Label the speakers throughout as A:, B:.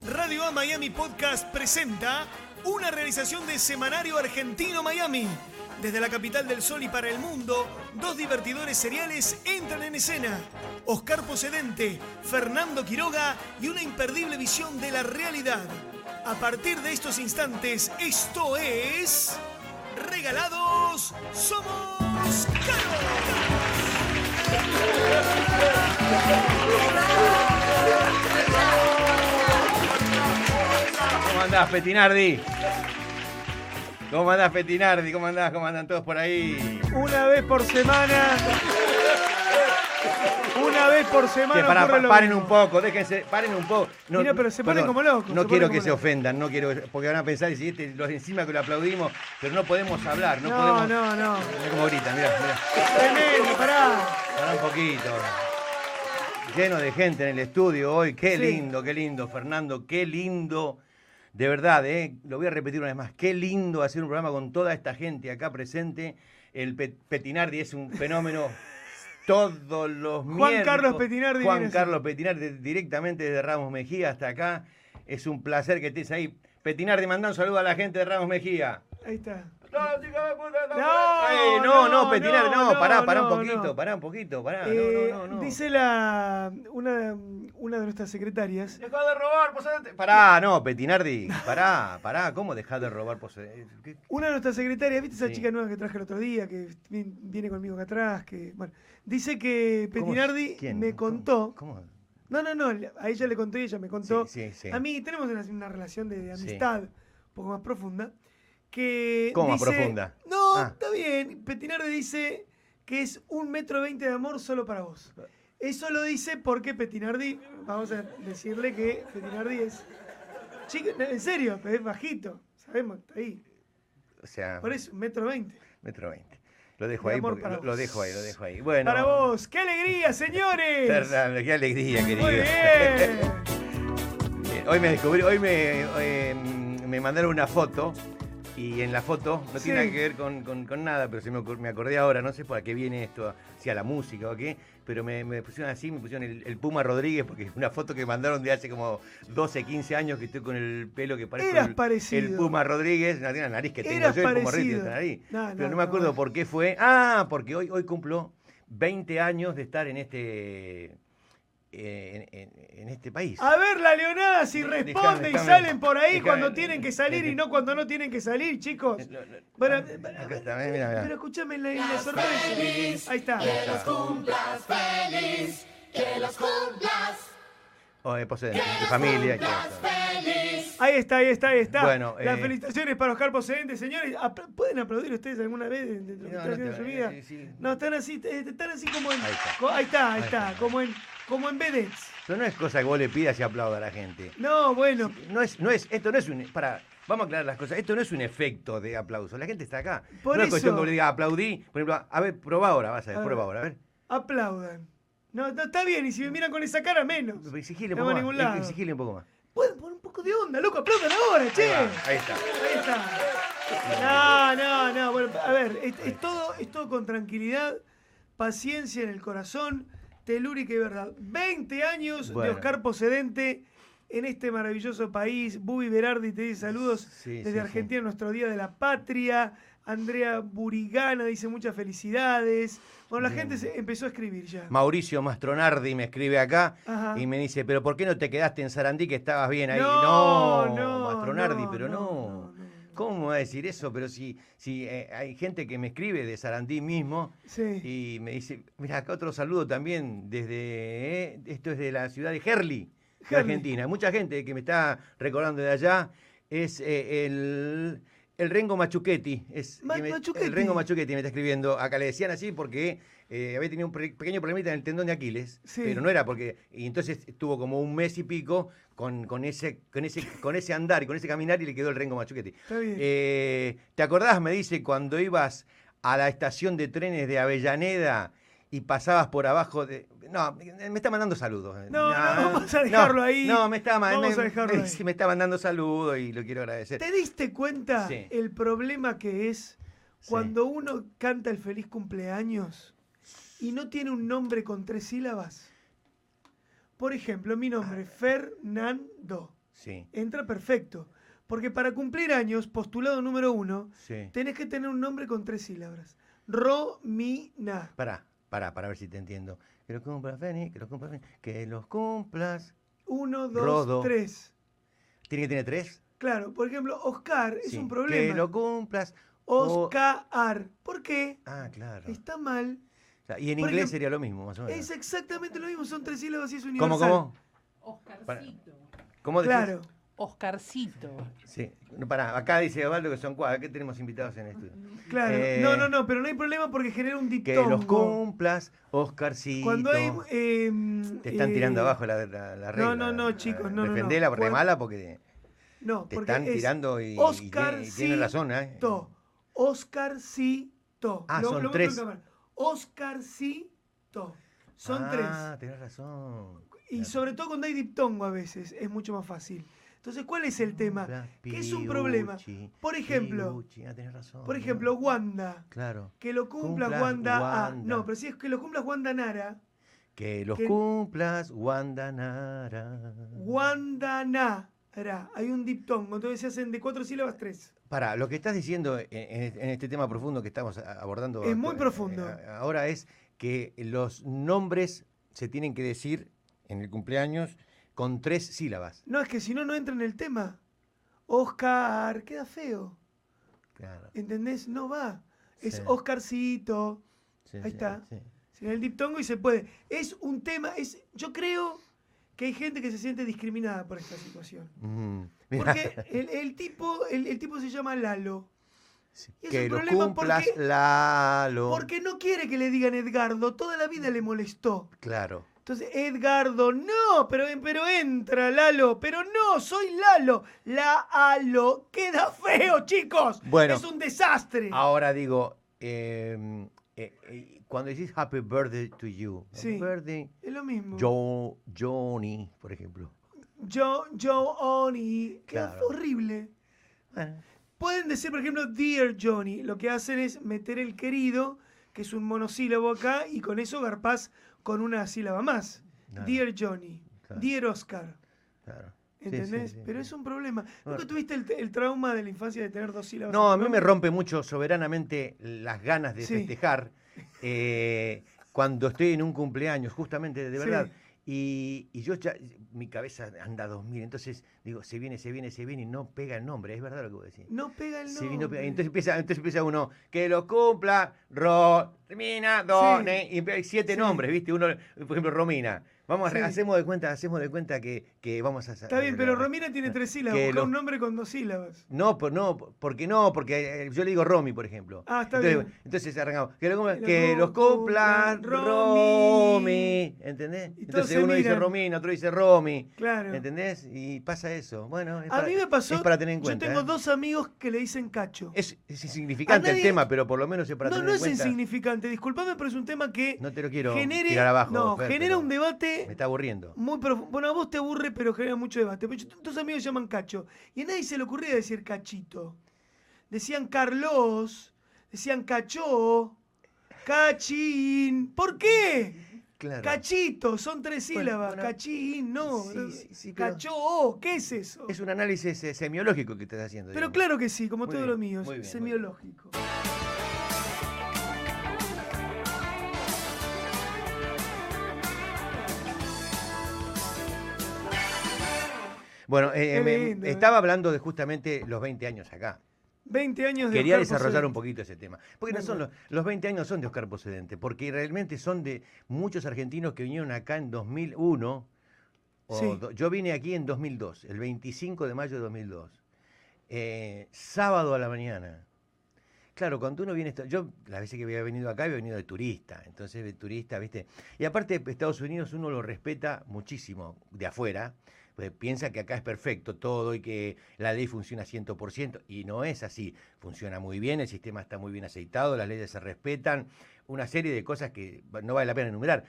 A: Radio A Miami Podcast presenta una realización de Semanario Argentino Miami. Desde la capital del sol y para el mundo, dos divertidores seriales entran en escena. Oscar Pocedente, Fernando Quiroga y una imperdible visión de la realidad. A partir de estos instantes, esto es... Regalados somos
B: ¿Cómo andás, Petinardi? ¿Cómo andás, Petinardi? ¿Cómo andás? ¿Cómo andan todos por ahí?
C: Una vez por semana. Una vez por semana.
B: Che, pará,
C: ocurre
B: pa-
C: lo
B: paren
C: mismo.
B: un poco, déjense, paren un poco.
C: Mirá, pero se ponen como locos,
B: No
C: se
B: quiero
C: ponen
B: que
C: como
B: se
C: locos.
B: ofendan, no quiero, porque van a pensar, si este, los de encima que lo aplaudimos, pero no podemos hablar, no,
C: No,
B: podemos.
C: no, no.
B: Mirá cómo gritan, mirá, mirá.
C: Tremendo, pará.
B: Pará un poquito. Lleno de gente en el estudio hoy. Qué
C: Sí.
B: lindo, qué lindo, Fernando, qué lindo. De verdad, ¿eh? lo voy a repetir una vez más. Qué lindo hacer un programa con toda esta gente acá presente. El Pe- Petinardi es un fenómeno todos los miércoles.
C: Carlos Petinardi viene
B: Juan
C: así.
B: Carlos Petinardi, directamente desde Ramos Mejía hasta acá. Es un placer que estés ahí. Petinardi, mandá un saludo a la gente de Ramos Mejía.
C: Ahí está.
B: No, chica de puta, no,
C: No,
B: eh, no, no,
C: no,
B: Petinardi, no,
C: no,
B: pará, pará un
C: no,
B: poquito,
C: no.
B: pará un poquito, pará. Ah, no,
C: Eh,
B: no, no, no.
C: Dice la una, una de nuestras secretarias.
B: Dejá de robar,
D: pues,
B: posadete. Pará, no, Petinardi. Pará, pará, ¿cómo dejá de robar, posadete? ¿Qué?
C: Una de nuestras secretarias, ¿viste esa
B: Sí.
C: chica nueva que traje el otro día, que vi- viene conmigo acá atrás? Que, bueno, dice que
B: ¿Cómo-
C: Petinardi
B: quién?
C: me
B: ¿Cómo-
C: contó.
B: ¿Cómo?
C: No, no, no, le- a ella le conté y ella me contó.
B: Sí, sí, sí.
C: A mí tenemos una, una relación de, de
B: Sí.
C: amistad un poco más profunda. Que
B: ¿Cómo más
C: dice-
B: profunda?
C: No,
B: Ah.
C: está bien. Petinardi dice que es un metro veinte de amor solo para vos. Eso lo dice porque Petinardi, vamos a decirle que Petinardi es... Chico, no, en serio, es bajito. Sabemos, está ahí.
B: O sea,
C: Por eso, un metro veinte.
B: metro veinte. Lo dejo
C: Mi
B: ahí,
C: amor
B: porque-
C: para
B: lo,
C: vos.
B: lo dejo ahí, lo dejo ahí. Bueno.
C: Para vos, qué alegría, señores.
B: Fernando, qué alegría, querido.
C: Muy bien.
B: Eh, Hoy me descubrí, hoy me, eh, me mandaron una foto y en la foto no
C: Sí.
B: tiene nada que ver con, con- con nada, pero se me, ocur- me acordé ahora, no sé para qué viene esto, si a la música o a qué, pero me, me pusieron así, me pusieron el, el Puma Rodríguez, porque es una foto que mandaron de hace como 12, 15 años que estoy con el pelo que parece
C: Eras
B: el,
C: parecido.
B: el Puma Rodríguez, no tiene la nariz que tengo
C: Eras
B: yo, el Puma
C: parecido.
B: Rodríguez tiene esta nariz.
C: No,
B: pero
C: no,
B: no, me
C: no.
B: acuerdo por qué fue. Ah, porque hoy, hoy cumplo 20 años de estar en este. eh, en- en- en este país.
C: A ver, la leonada, si
B: Dejame,
C: responde y
B: dejame.
C: salen por ahí
B: Dejame.
C: cuando tienen que salir y
B: Dejame.
C: no cuando no tienen que salir, chicos.
B: Lo- lo-
C: Bueno,
B: ah, acá está, mirá, mirá, mirá.
C: Pero escúchame la, la sorpresa. Ahí está.
B: Oh, eh, posee, de familia. que-
C: Ahí está, ahí está, ahí está.
B: Bueno,
C: Las
B: eh,
C: felicitaciones para Oscar Pocedente, señores. Apl- ¿Pueden aplaudir ustedes alguna vez dentro de lo que
B: No,
C: están
B: no
C: haciendo
B: te-
C: en su vida?
B: eh, sí.
C: No, están así, eh, están así como en.
B: Ahí está.
C: co- Ahí está, ahí
B: Ahí
C: está,
B: está.
C: como en, como en vedettes.
B: Esto no es cosa que vos le pidas y aplauda a la gente.
C: No, bueno.
B: No es, no es, esto no es un. Para, vamos a aclarar las cosas. Esto no es un efecto de aplauso. La gente está acá.
C: Por
B: no es cuestión
C: eso.
B: que vos le digas aplaudí. Por ejemplo, a ver, probá ahora, vas a ver,
C: A ver.
B: probá ahora. A ver.
C: Aplaudan. No, no, está bien, y si me miran con esa cara, menos.
B: Exigile un
C: No
B: poco
C: va a ningún
B: más.
C: lado.
B: Exigile un poco más.
C: Pueden poner un poco de onda, loco, aplaudan ahora, che.
B: Ahí, va, ahí está.
C: Ahí está. No, no, no. Bueno, a ver, es, es todo, es todo con tranquilidad, paciencia en el corazón, telúrica y verdad. 20 años
B: Bueno.
C: de Oscar Pocedente en este maravilloso país. Bubi Berardi te dice saludos
B: Sí,
C: desde
B: sí, sí.
C: Argentina, nuestro Día de la Patria. Andrea Burigana dice muchas felicidades. Bueno, la gente se empezó a escribir ya.
B: Mauricio Mastronardi me escribe acá
C: Ajá.
B: y me dice, pero ¿por qué no te quedaste en Sarandí que estabas bien ahí?
C: No, no,
B: Mastronardi,
C: no,
B: pero
C: no,
B: no.
C: no, no.
B: ¿Cómo me va a decir eso? Pero si, si eh, hay gente que me escribe de Sarandí mismo
C: Sí.
B: y me dice, mira, acá otro saludo también desde, eh, esto es de la ciudad de Herli, de
C: Herli.
B: Argentina. Mucha gente que me está recordando de allá es eh, el... El Rengo Machuquetti. Es,
C: Ma-
B: que me-
C: Machuchetti.
B: El Rengo Machuquetti me está escribiendo. Acá le decían así porque eh, había tenido un pre- pequeño problemita en el tendón de Aquiles.
C: Sí.
B: Pero no era porque. Y entonces estuvo como un mes y pico con, con ese, con, ese, con ese andar y con ese caminar y le quedó el Rengo Machuquetti.
C: Está bien.
B: Eh, ¿Te acordás, me dice, cuando ibas a la estación de trenes de Avellaneda y pasabas por abajo de... No, me está mandando saludos.
C: No, no, vamos a dejarlo ahí.
B: No, me está, ma-
C: Vamos
B: me-
C: a dejarlo
B: me-
C: ahí.
B: sí, me está mandando saludos y lo quiero agradecer.
C: ¿Te diste cuenta
B: Sí.
C: el problema que es
B: Sí.
C: cuando uno canta el feliz cumpleaños y no tiene un nombre con tres sílabas? Por ejemplo, mi nombre, Fernando.
B: Sí,
D: entra perfecto. Porque para cumplir años, postulado número uno,
B: sí.
D: tenés que tener un nombre con tres sílabas. Romina.
B: Pará, pará, para ver si te entiendo. Que los cumplas, Feni, que los cumplas, Feni, que los cumplas.
D: Uno, dos,
B: Rodo.
D: tres.
B: ¿Tiene que tener tres?
D: Claro, por ejemplo, Oscar es
B: Sí.
D: un
B: Que
D: problema.
B: lo cumplas. o-
D: Oscar. ¿Por qué?
B: Ah, claro.
D: Está mal.
B: O sea, Y en
D: Por
B: inglés
D: ejemplo,
B: sería lo mismo, más o menos.
D: Es exactamente lo mismo, son tres sílabas y es
B: ¿Cómo,
D: universal.
B: Ah, cómo?
E: Oscarcito.
B: ¿Cómo decís?
D: Claro.
E: Oscarcito.
B: Sí. No, pará, acá dice Osvaldo que son cuatro. Aquí tenemos invitados en el estudio.
D: Claro,
B: Eh,
D: no, no, no, pero no hay problema porque genera un
B: Que
D: diptongo.
B: los cumplas, Oscarcito.
D: Cuando hay. em,
B: Te están
D: eh,
B: tirando abajo la, la- la regla.
D: no, no, no, chicos, no, no, no.
B: Defendela,
D: Cuan-
B: remala, porque
D: No,
B: te
D: porque
B: están
D: es
B: tirando y, y tiene- y tiene
D: Oscarcito.
B: razón, ¿eh?
D: To. Oscarcito.
B: Ah,
D: Lo-
B: son
D: lo muestro en
B: tres.
D: cámara. Oscarcito. Son
B: Ah,
D: tres.
B: tenés razón.
D: Y sobre todo cuando hay diptongo a veces, es mucho más fácil. Entonces, ¿cuál es
B: Mm,
D: el tema? que es un problema. Por ejemplo-
B: ah, tenés razón.
D: Por ejemplo, Wanda.
B: Claro.
D: Que lo cumpla
B: Cumplas,
D: Wanda, A.
B: Wanda.
D: No, pero si es que lo cumpla Wanda Nara.
B: Que los
D: que-
B: cumplas, Wanda Nara.
D: Wanda Nara. Hay un diptongo, entonces se hacen de cuatro sílabas tres.
B: Para, lo que estás diciendo en, en- en este tema profundo que estamos a- abordando.
D: Es muy
B: actu-
D: profundo.
B: eh, ahora es que los nombres se tienen que decir en el cumpleaños con tres sílabas.
D: No, es que si no, no entra en el tema. Oscar, queda feo.
B: Claro.
D: ¿Entendés? No va. Es
B: Sí.
D: Oscarcito.
B: Sí,
D: Ahí
B: sí,
D: está.
B: sí.
D: Se da el diptongo y se puede. Es un tema, es. Yo creo que hay gente que se siente discriminada por esta situación.
B: Mm, mirá.
D: Porque el, el tipo, el, el tipo se llama Lalo.
B: Sí.
D: y es
B: Que
D: un
B: los
D: problema
B: cumplas,
D: porque-
B: Lalo.
D: Porque no quiere que le digan Edgardo. Toda la vida le molestó.
B: Claro.
D: Entonces, Edgardo, no, pero, pero entra, Lalo. Pero no, soy Lalo. La Alo. Queda feo, chicos.
B: Bueno.
D: Es un desastre.
B: Ahora digo, eh, eh, eh, cuando decís happy birthday to you,
D: Sí. Mm.
B: happy birthday,
D: Es lo mismo.
B: Jo- Johnny, por ejemplo.
D: Joe, Joe Oni. Queda
B: Claro.
D: horrible.
B: Bueno,
D: Pueden decir, por ejemplo, Dear Johnny. Lo que hacen es meter el querido, que es un monosílabo acá, y con eso garpás con una sílaba más.
B: Claro.
D: Dear Johnny.
B: Claro.
D: Dear Oscar.
B: claro. Sí, sí,
D: ¿Entendés?
B: sí,
D: Pero
B: sí.
D: es un problema. ¿Nunca
B: Bueno.
D: tuviste el, el trauma de la infancia de tener dos sílabas?
B: No, a
D: en tu
B: mí me
D: nombre?
B: rompe mucho soberanamente las ganas de
D: Sí.
B: festejar eh, cuando estoy en un cumpleaños, justamente, de
D: Sí.
B: verdad. Y, y yo ya, mi cabeza anda a 2000, entonces digo, se viene, se viene, se viene y no pega el nombre, es verdad lo que vos decís.
D: No pega el
B: Se
D: nombre.
B: vino pe- entonces, empieza, entonces empieza uno, que lo cumpla, Romina, dos,
D: Sí.
B: ne- y hay siete
D: Sí.
B: nombres, ¿viste? Uno, por ejemplo, Romina. Vamos, a re-
D: Sí.
B: hacemos de cuenta, hacemos de cuenta que, que vamos a...
D: Está bien, pero Romina tiene tres sílabas.
B: eh, Que
D: Busca
B: lo-
D: un nombre con dos sílabas.
B: No, por, no, por- porque no, porque eh, yo le digo Romy, por ejemplo.
D: Ah, está
B: entonces,
D: bien.
B: Entonces arrancamos, que, lo
D: Que
B: cumpla-
D: lo
B: que los
D: cumpla
B: cumplan,
D: Romy.
B: Romy, ¿entendés?
D: Y
B: Entonces
D: todos se
B: uno dice
D: miran.
B: Romina, otro dice Romy,
D: Claro.
B: ¿entendés? Y pasa eso. Bueno, es
D: A
B: para-
D: mí me pasó.
B: es para tener en cuenta.
D: yo tengo
B: ¿eh?
D: dos amigos que le dicen cacho.
B: Es, es insignificante
D: A nadie-
B: el tema, pero por lo menos es para
D: no,
B: tener
D: no
B: en
D: es
B: cuenta.
D: insignificante. Disculpame, pero es un tema que
B: No te lo quiero
D: genere,
B: tirar abajo.
D: no,
B: Fer,
D: genera
B: pero
D: un
B: Me
D: debate
B: está aburriendo.
D: muy profundo. Bueno, a vos te aburre, pero genera mucho debate. Pero yo- tus amigos se llaman cacho. Y a nadie se le ocurría decir cachito. Decían Carlos, decían cacho, cachín. ¿Por qué?
B: Claro.
D: Cachito, son tres
B: Bueno,
D: sílabas.
B: bueno,
D: cachín, no.
B: sí, sí, sí, pero-
D: cacho, ¿qué es eso?
B: Es un análisis eh, semiológico que estás haciendo.
D: Pero
B: digamos.
D: claro que sí, como
B: Muy
D: todo
B: bien,
D: lo mío,
B: muy bien, muy bien.
D: semiológico.
B: Bueno, eh,
D: Qué
B: me-
D: lindo, eh.
B: estaba hablando de justamente los 20 años acá.
D: 20 años de
B: Quería
D: Oscar
B: desarrollar un
D: Posedente.
B: poquito ese tema. Porque no
D: Muy
B: son los, los 20 años son de Oscar Procedente, porque realmente son de muchos argentinos que vinieron acá en 2001. o
D: Sí.
B: do- yo vine aquí en 2002, el 25 de mayo de 2002. eh, sábado a la mañana. Claro, cuando uno viene, esta- yo las veces que había venido acá había venido de turista, entonces de turista, ¿viste? Y aparte Estados Unidos uno lo respeta muchísimo de afuera, pues piensa que acá es perfecto todo y que la ley funciona 100%, y no es así. Funciona muy bien, el sistema está muy bien aceitado, las leyes se respetan, una serie de cosas que no vale la pena enumerar,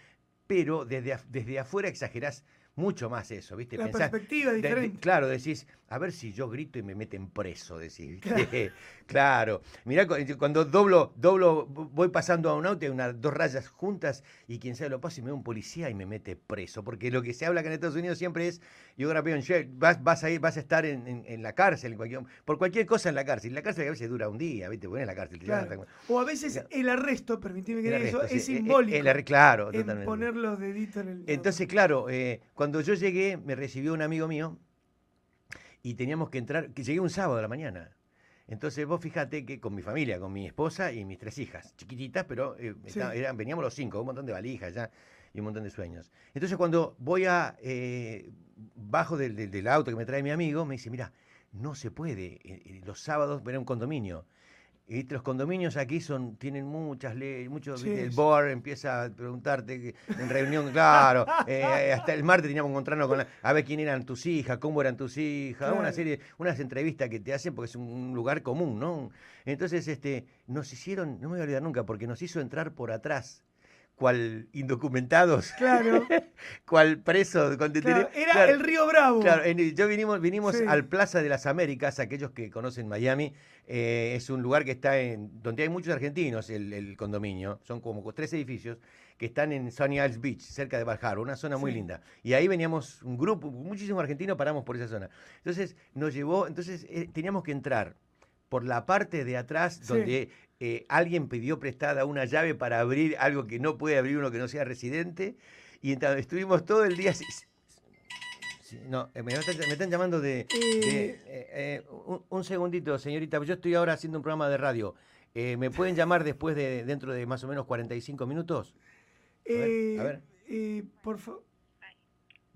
B: pero desde, af- desde afuera exagerás mucho más eso, ¿viste?
D: La
B: Pensás-
D: perspectiva es
B: de- de-
D: diferente.
B: claro, decís, A ver si yo grito y me meten preso, decís. ¿viste? claro. Mirá, cu- cuando doblo, doblo, voy pasando a un auto y hay unas dos rayas juntas y quien sea lo pasa y me ve un policía y me mete preso. Porque lo que se habla acá en Estados Unidos siempre es, yo grapeo en jail, vas, vas a ir, vas a estar en, en- en la cárcel, en cualquier, por cualquier cosa en la cárcel. La cárcel a veces dura un día, ¿viste? Bueno, en la cárcel te
D: Claro.
B: levantan.
D: O a veces el arresto, permitime que
B: El
D: diga eso,
B: arresto,
D: es
B: sí, eh, eh,
D: simbólico.
B: el arre- claro,
D: en
B: totalmente.
D: poner los deditos en el.
B: Entonces, claro, eh, cuando yo llegué, me recibió un amigo mío y teníamos que entrar, que llegué un sábado a la mañana. Entonces, vos fíjate que con mi familia, con mi esposa y mis tres hijas, chiquititas, pero eh,
D: Sí.
B: estaba- eran- veníamos los cinco, un montón de valijas ya y un montón de sueños. Entonces, cuando voy a, eh, bajo del, del- del auto que me trae mi amigo, me dice, mira, no se puede, eh, eh, los sábados era un condominio. Y los condominios aquí son tienen muchas leyes, muchos,
D: Sí,
B: viste, el
D: sí.
B: BOR empieza a preguntarte que- en reunión, claro, eh, hasta el martes teníamos que encontrarnos con la- a ver quién eran tus hijas, cómo eran tus hijas, una
D: Claro.
B: serie, unas entrevistas que te hacen porque es un, un lugar común, ¿no? Entonces, este, nos hicieron, no me voy a olvidar nunca, porque nos hizo entrar por atrás, cual indocumentados,
D: Claro,
B: cual presos, con
D: claro,
B: detenido-
D: era
B: claro.
D: el Río Bravo.
B: Claro, en- yo vinimos, vinimos
D: Sí.
B: al Plaza de las Américas, aquellos que conocen Miami, eh, es un lugar que está en, donde hay muchos argentinos, el, el condominio, son como tres edificios que están en Sunny Isles Beach, cerca de Bar Harbor, una zona muy
D: Sí.
B: linda. Y ahí veníamos un grupo, muchísimos argentinos paramos por esa zona. Entonces nos llevó, entonces eh, teníamos que entrar por la parte de atrás
D: Sí.
B: donde eh, alguien pidió prestada una llave para abrir algo que no puede abrir uno que no sea residente. Y enta- estuvimos todo el día. así- Sí, no, eh, me están, me están llamando de. de-
D: Eh.
B: eh, eh, un, un segundito, señorita. Yo estoy ahora haciendo un programa de radio. Eh, ¿Me pueden llamar después de dentro de más o menos 45 minutos? ver,
D: Eh,
B: a ver.
D: eh, por favor.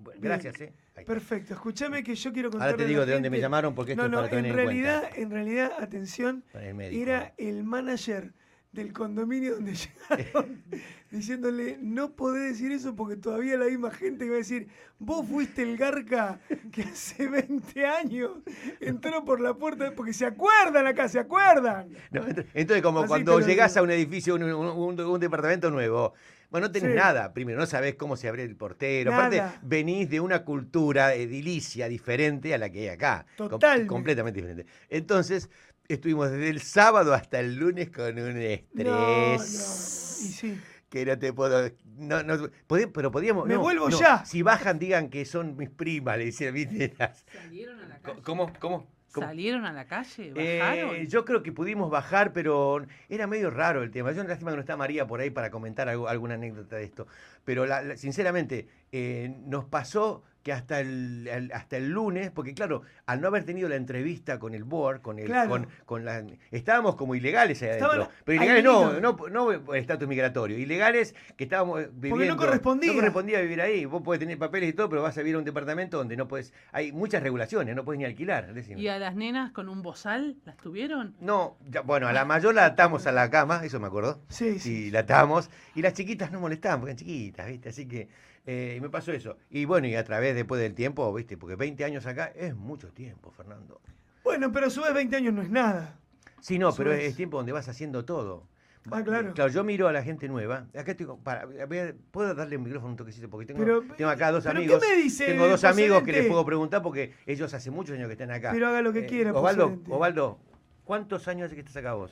B: Bu- Gracias, ¿eh? Ahí está.
D: Perfecto, escúchame que yo quiero contar.
B: Ahora te digo de dónde me llamaron porque esto
D: No,
B: es
D: no,
B: para tener
D: en
B: en
D: realidad,
B: cuenta.
D: en realidad, atención,
B: Para el médico.
D: era el manager del condominio donde llegaron diciéndole no podés decir eso porque todavía la misma gente que va a decir vos fuiste el garca que hace 20 años entró por la puerta porque se acuerdan acá se acuerdan
B: No, ent- entonces, como
D: Así
B: cuando
D: te lo
B: llegás
D: digo.
B: a un edificio, un, un- un- un departamento nuevo, bueno, no tenés
D: Sí.
B: nada. Primero, no sabés cómo se abre el portero. Aparte,
D: Nada.
B: venís de una cultura edilicia diferente a la que hay acá. Com-
D: Totalmente.
B: completamente diferente. Entonces, estuvimos desde el sábado hasta el lunes con un
D: No, no, y
B: estrés.
D: sí
B: Que no te puedo. No, no- podí- pero podíamos.
D: Me
B: no,
D: vuelvo
B: no.
D: ya.
B: Si bajan, digan que son mis primas, le dicen, ¿viste?
E: ¿Salieron a la calle?
B: ¿Cómo? ¿Cómo? ¿Cómo?
E: ¿Salieron a la calle?
B: Eh,
E: ¿Bajaron?
B: yo creo que pudimos bajar, pero era medio raro el tema. Yo lástima que no está María por ahí para comentar algo- alguna anécdota de esto. Pero la- la- sinceramente, eh, nos pasó que hasta el, al- hasta el lunes, porque claro, al no haber tenido la entrevista con el board, con el,
D: Claro.
B: con, con la, estábamos como ilegales ahí
D: Estaban
B: adentro. Pero
D: ahí
B: ilegales no,
D: mismo.
B: no, no por estatus migratorio, ilegales que estábamos eh, viviendo.
D: correspondía.
B: No correspondía vivir ahí. Vos podés tener papeles y todo, pero vas a vivir a un departamento donde no puedes, hay muchas regulaciones, no puedes ni alquilar. decime.
E: ¿Y a las nenas con un bozal las tuvieron?
B: No, ya- bueno, a la mayor la atamos a la cama, eso me acuerdo.
D: sí, sí.
B: Y la atamos. Y las chiquitas no molestaban, porque eran chiquitas, ¿viste? Así que eh, me pasó eso. Y bueno, y a través después del tiempo, ¿viste? Porque 20 años acá es mucho tiempo, Fernando.
D: bueno pero a su vez 20 años no es nada
B: Sí, no,
D: Eso
B: pero es,
D: es.
B: es tiempo donde vas haciendo todo.
D: Ah,
B: Va-
D: claro.
B: Claro, yo miro a la gente nueva. Acá estoy. con- Para, voy a- ¿Puedo darle el micrófono un toquecito? Porque tengo,
D: Pero-
B: tengo acá dos
D: ¿pero qué
B: amigos.
D: me dice
B: tengo dos amigos que les
D: procedente?
B: puedo preguntar porque ellos hace muchos años que están acá. Eh,
D: Pero haga lo que quiera,
B: Osvaldo,
D: procedente.
B: Osvaldo, ¿cuántos años hace que estás acá vos?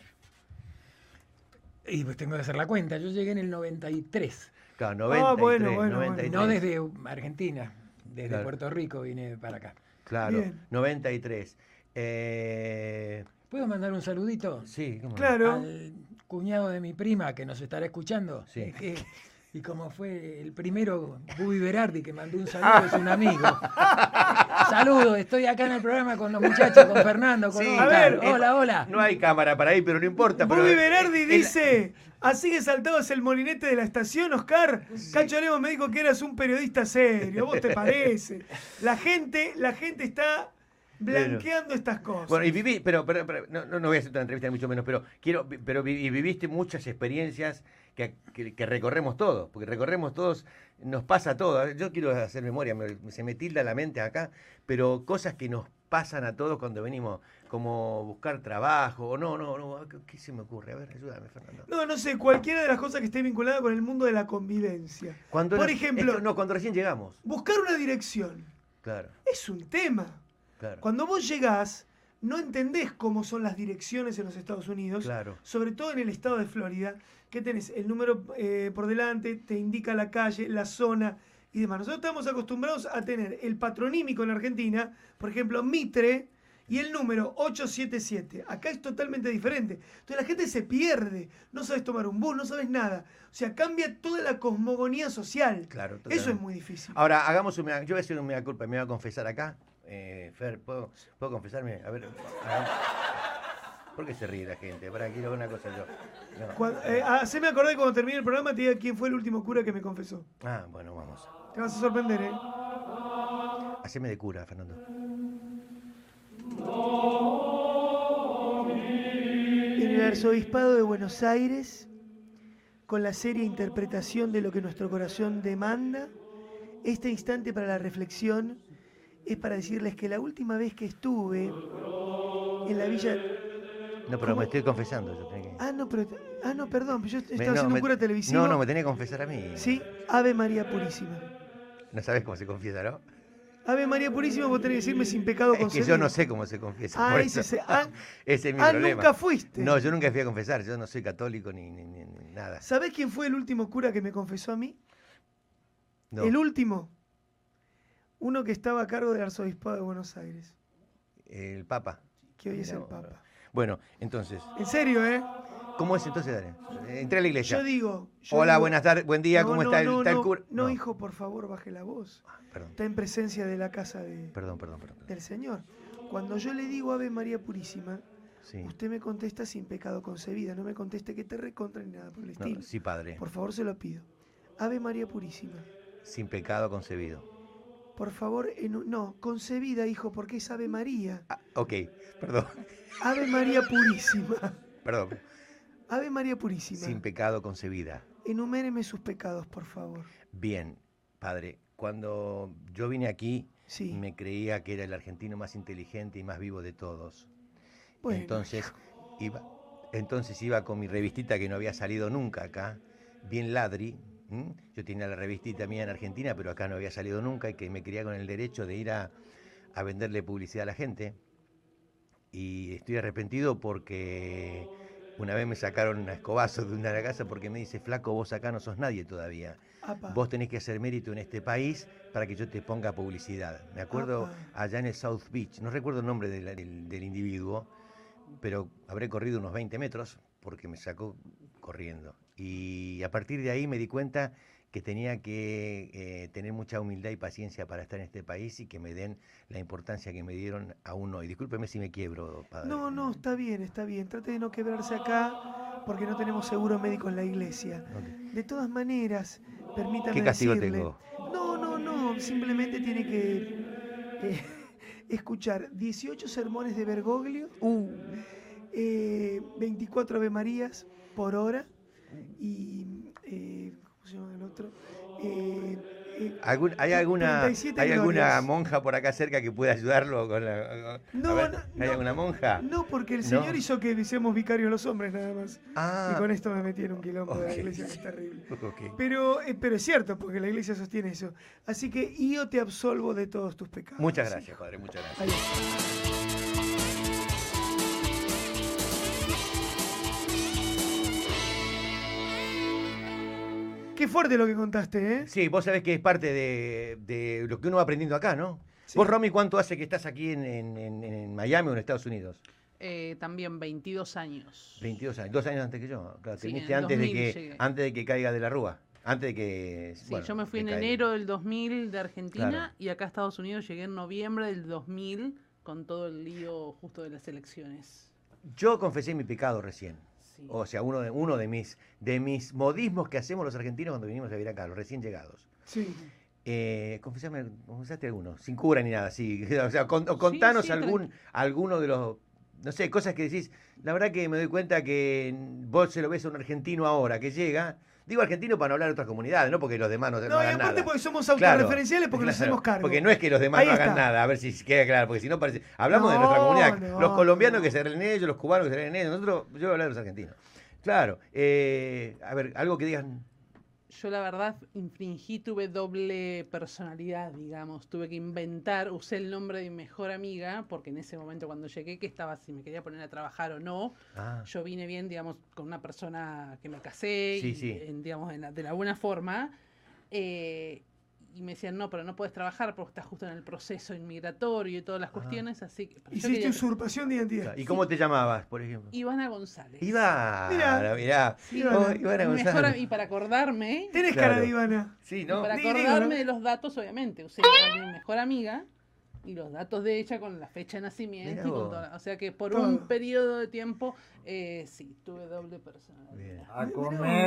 F: Y pues tengo que hacer la cuenta. Yo llegué en el 93.
B: Claro, 93,
D: Ah, bueno, bueno, bueno.
B: 93.
F: No desde Argentina, desde
B: Claro.
F: Puerto Rico vine para acá.
B: Claro,
D: Bien.
B: 93. Eh,
F: ¿Puedo mandar un saludito
B: sí, ¿cómo no?
D: Claro.
F: al cuñado de mi prima que nos estará escuchando?
B: Sí.
F: Es que- y como fue el primero, Bubi Berardi, que mandó un saludo, es un amigo. Saludo, estoy acá en el programa con los muchachos, con Fernando, con
B: Sí,
F: Oscar.
D: A ver,
B: eh,
F: hola, hola.
B: No hay cámara para ahí, pero no importa. pero-
D: Bobby Berardi
B: eh,
D: dice, así que saltabas el molinete de la estación, Oscar. Cacho Lemos me dijo que eras un periodista serio, ¿vos te parece? La gente, la gente está blanqueando estas cosas.
B: Bueno, y viví, pero, pero, pero- no, no, no voy a hacer una entrevista ni mucho menos, pero quiero, vi- pero vi- y viviste muchas experiencias que, que- que recorremos todos, porque recorremos todos, nos pasa todo. Yo quiero hacer memoria, me- se me tilda la mente acá, pero cosas que nos pasan a todos cuando venimos, como buscar trabajo, o no, no, no, ¿qué, qué se me ocurre? A ver, ayúdame, Fernando.
D: No, no sé, cualquiera de las cosas que esté vinculada con el mundo de la convivencia.
B: Cuando
D: Por
B: era-
D: ejemplo-
B: esto- no, cuando recién llegamos,
D: Buscar una dirección
B: claro.
D: es un tema.
B: Claro.
D: Cuando vos llegás, no entendés cómo son las direcciones en los Estados Unidos,
B: Claro.
D: sobre todo en el estado de Florida, que tenés el número eh, por delante, te indica la calle, la zona y demás. Nosotros estamos acostumbrados a tener el patronímico en Argentina, por ejemplo, Mitre. Y el número 877. Acá es totalmente diferente. Entonces la gente se pierde. No sabes tomar un bus, no sabes nada. O sea, cambia toda la cosmogonía social.
B: Claro,
D: Eso es
B: totalmente.
D: muy difícil.
B: Ahora, hagamos un mea- Yo voy a hacer un mea culpa, me voy a confesar acá. Eh, Fer, ¿puedo, ¿puedo confesarme? A ver. hagamos- ¿Por qué se ríe la gente? Para, quiero ver una cosa yo. No.
D: Cuando, eh, ah, se me acordé cuando termine el programa, te diga quién fue el último cura que me confesó.
B: Ah, bueno, vamos.
D: Te vas a sorprender, ¿eh?
B: Haceme de cura, Fernando.
D: En el Arzobispado de Buenos Aires, con la seria interpretación de lo que nuestro corazón demanda, este instante para la reflexión es para decirles que la última vez que estuve en la villa.
B: No, pero me estoy confesando. Yo tenía que-
D: Ah, no, pero- ah, no perdón, yo estaba
B: Me- no,
D: haciendo
B: me-
D: un cura televisivo.
B: No, no, me tenía que confesar a mí.
D: Sí, Ave María Purísima.
B: No sabes cómo se confiesa, ¿no?
D: Ave María Purísima, vos tenés que decirme sin pecado
B: Es que
D: concebido.
B: yo no sé cómo se confiesa.
D: Ah,
B: por
D: ese
B: eso.
D: se- ah,
B: Ese es mi
D: ah,
B: problema.
D: nunca fuiste.
B: No, yo nunca fui a confesar. Yo no soy católico ni, ni- ni- ni nada.
D: ¿Sabés quién fue el último cura que me confesó a mí?
B: No.
D: El último. Uno que estaba a cargo del arzobispado de Buenos Aires,
B: El Papa.
D: que hoy es
B: Mirá
D: el
B: vos.
D: Papa.
B: Bueno, entonces,
D: En serio, ¿eh?
B: ¿cómo es entonces, Daniel? Entré a la iglesia.
D: Yo digo. yo
B: Hola,
D: digo-
B: buenas tardes, buen día,
D: No,
B: ¿cómo
D: no,
B: está, el,
D: no,
B: está el
D: no,
B: cura?
D: No, hijo, por favor, baje la voz.
B: Perdón,
D: Está en presencia de la casa de-
B: perdón, perdón, perdón. perdón.
D: del Señor. Cuando yo le digo Ave María Purísima,
B: Sí.
D: usted me contesta sin pecado concebida. No me conteste que te recontra ni nada por
B: No,
D: el estilo.
B: sí, padre,
D: Por favor, se lo pido. Ave María Purísima.
B: sin pecado concebido.
D: Por favor, en un- no, concebida, hijo, porque es Ave María.
B: Ah, ok, perdón,
D: Ave María Purísima.
B: perdón.
D: Ave María Purísima.
B: Sin pecado concebida.
D: Enuméreme sus pecados, por favor.
B: Bien, padre, cuando yo vine aquí,
D: Sí.
B: me creía que era el argentino más inteligente y más vivo de todos.
D: Bueno,
B: entonces, iba, entonces iba con mi revistita que no había salido nunca acá, bien ladri. ¿m? Yo tenía la revistita mía en Argentina, pero acá no había salido nunca y que me quería con el derecho de ir a, a venderle publicidad a la gente. Y estoy arrepentido porque una vez me sacaron a escobazos de una casa porque me dice, flaco, vos acá no sos nadie todavía.
D: apa,
B: Vos tenés que hacer mérito en este país para que yo te ponga publicidad. Me acuerdo
D: Apa.
B: allá en el South Beach, no recuerdo el nombre del, del- del individuo, pero habré corrido unos 20 metros porque me sacó corriendo. Y a partir de ahí me di cuenta que tenía que eh, tener mucha humildad y paciencia para estar en este país y que me den la importancia que me dieron aún hoy. Discúlpeme si me quiebro, padre.
D: No, no, está bien, está bien. Trate de no quebrarse acá porque no tenemos seguro médico en la iglesia.
B: Ok.
D: De todas maneras, permítame
B: ¿Qué castigo
D: decirle-
B: tengo?
D: No, no, no. Simplemente tiene que eh, escuchar 18 sermones de Bergoglio,
B: Uh.
D: eh, 24 Ave Marías por hora y. eh, ¿Cómo se llama el otro? Eh, eh,
B: ¿Algún- ¿Hay alguna,
D: 37
B: ¿hay alguna
D: glorias.
B: monja por acá cerca que pueda ayudarlo? Con la, con-
D: No,
B: a ver,
D: no,
B: ¿Hay
D: no.
B: alguna monja?
D: No, porque el
B: No.
D: Señor hizo que seamos vicarios los hombres nada más.
B: Ah,
D: Y con este esto me metí en un quilombo de
B: ok.
D: la iglesia que es terrible.
B: ok.
D: Pero, eh, pero es cierto, porque la iglesia sostiene eso. Así que yo te absolvo de todos tus pecados.
B: Muchas
D: Sí.
B: gracias, padre, muchas gracias.
D: Ahí. Qué fuerte lo que contaste, ¿eh?
B: Sí, vos sabés que es parte de, de lo que uno va aprendiendo acá, ¿no?
D: Sí.
B: Vos, Romy, ¿cuánto hace que estás aquí en, en- en- en Miami o en Estados Unidos?
E: Eh, también 22 años.
B: 22 años, dos años antes que yo. Claro, te
E: Sí, en
B: viniste
E: el
B: antes de,
E: 2000
B: que,
E: llegué.
B: antes de que caiga de la rúa. Antes de que.
E: Sí,
B: bueno,
E: yo me fui
B: que
E: en
B: caiga.
E: enero del 2000 de Argentina
B: Claro.
E: y acá a Estados Unidos llegué en noviembre del 2000 con todo el lío justo de las elecciones.
B: Yo confesé mi pecado recién.
E: Sí.
B: O sea, uno de, uno de, mis, de mis modismos que hacemos los argentinos cuando venimos a vivir acá, los recién llegados.
D: Sí.
B: Eh, confesame, confesaste alguno, sin cura ni nada, sí. O sea, con- o contanos
E: sí,
B: algún, alguno de los, no sé, cosas que decís. La verdad que me doy cuenta que vos se lo ves a un argentino ahora que llega. Digo argentino para no hablar de otras comunidades, ¿no? Porque los demás no, no
D: No, y
B: hagan
D: aparte
B: nada.
D: porque somos
B: Claro,
D: autorreferenciales porque nos
B: claro,
D: hacemos cargo.
B: Porque no es que los demás
D: Ahí
B: no hagan
D: está.
B: nada, a ver si queda claro, porque si no parece. Hablamos de nuestra
D: No,
B: comunidad.
D: no,
B: los colombianos
D: no.
B: que se ríen ellos, los cubanos que se ríen ellos, nosotros, yo voy a hablar de los argentinos. Claro, eh, a ver, algo que digan.
E: yo la verdad infringí, tuve doble personalidad, digamos. Tuve que inventar, usé el nombre de mi mejor amiga, porque en ese momento cuando llegué, que estaba si me quería poner a trabajar o no.
B: Ah,
E: Yo vine bien, digamos, con una persona que me casé,
B: Sí,
E: y,
B: sí.
E: en- digamos, en la- de la buena forma. eh, y me decían, no, pero no puedes trabajar porque estás justo en el proceso inmigratorio y todas las cuestiones, así que... pero yo
D: Hiciste
E: quería-
D: usurpación de identidad.
B: ¿Y cómo te llamabas, por ejemplo?
E: Ivana González.
B: Iba, mirá.
D: Mirá.
B: Oh, Ivana
E: Mi mejor
B: González.
E: am- y para acordarme,
D: Tenés
B: Claro.
D: cara de Ivana.
B: Sí,
E: y
B: ¿no?
E: para
D: Ni- ni-
E: acordarme
D: ni-
E: de los datos, obviamente, usé a mi mejor amiga y los datos de ella con la fecha de nacimiento.
B: Mirá
E: y con
B: vos.
E: toda la- o sea que por
D: Todo.
E: un periodo de tiempo, eh, sí, tuve doble personalidad.
B: Bien.
G: A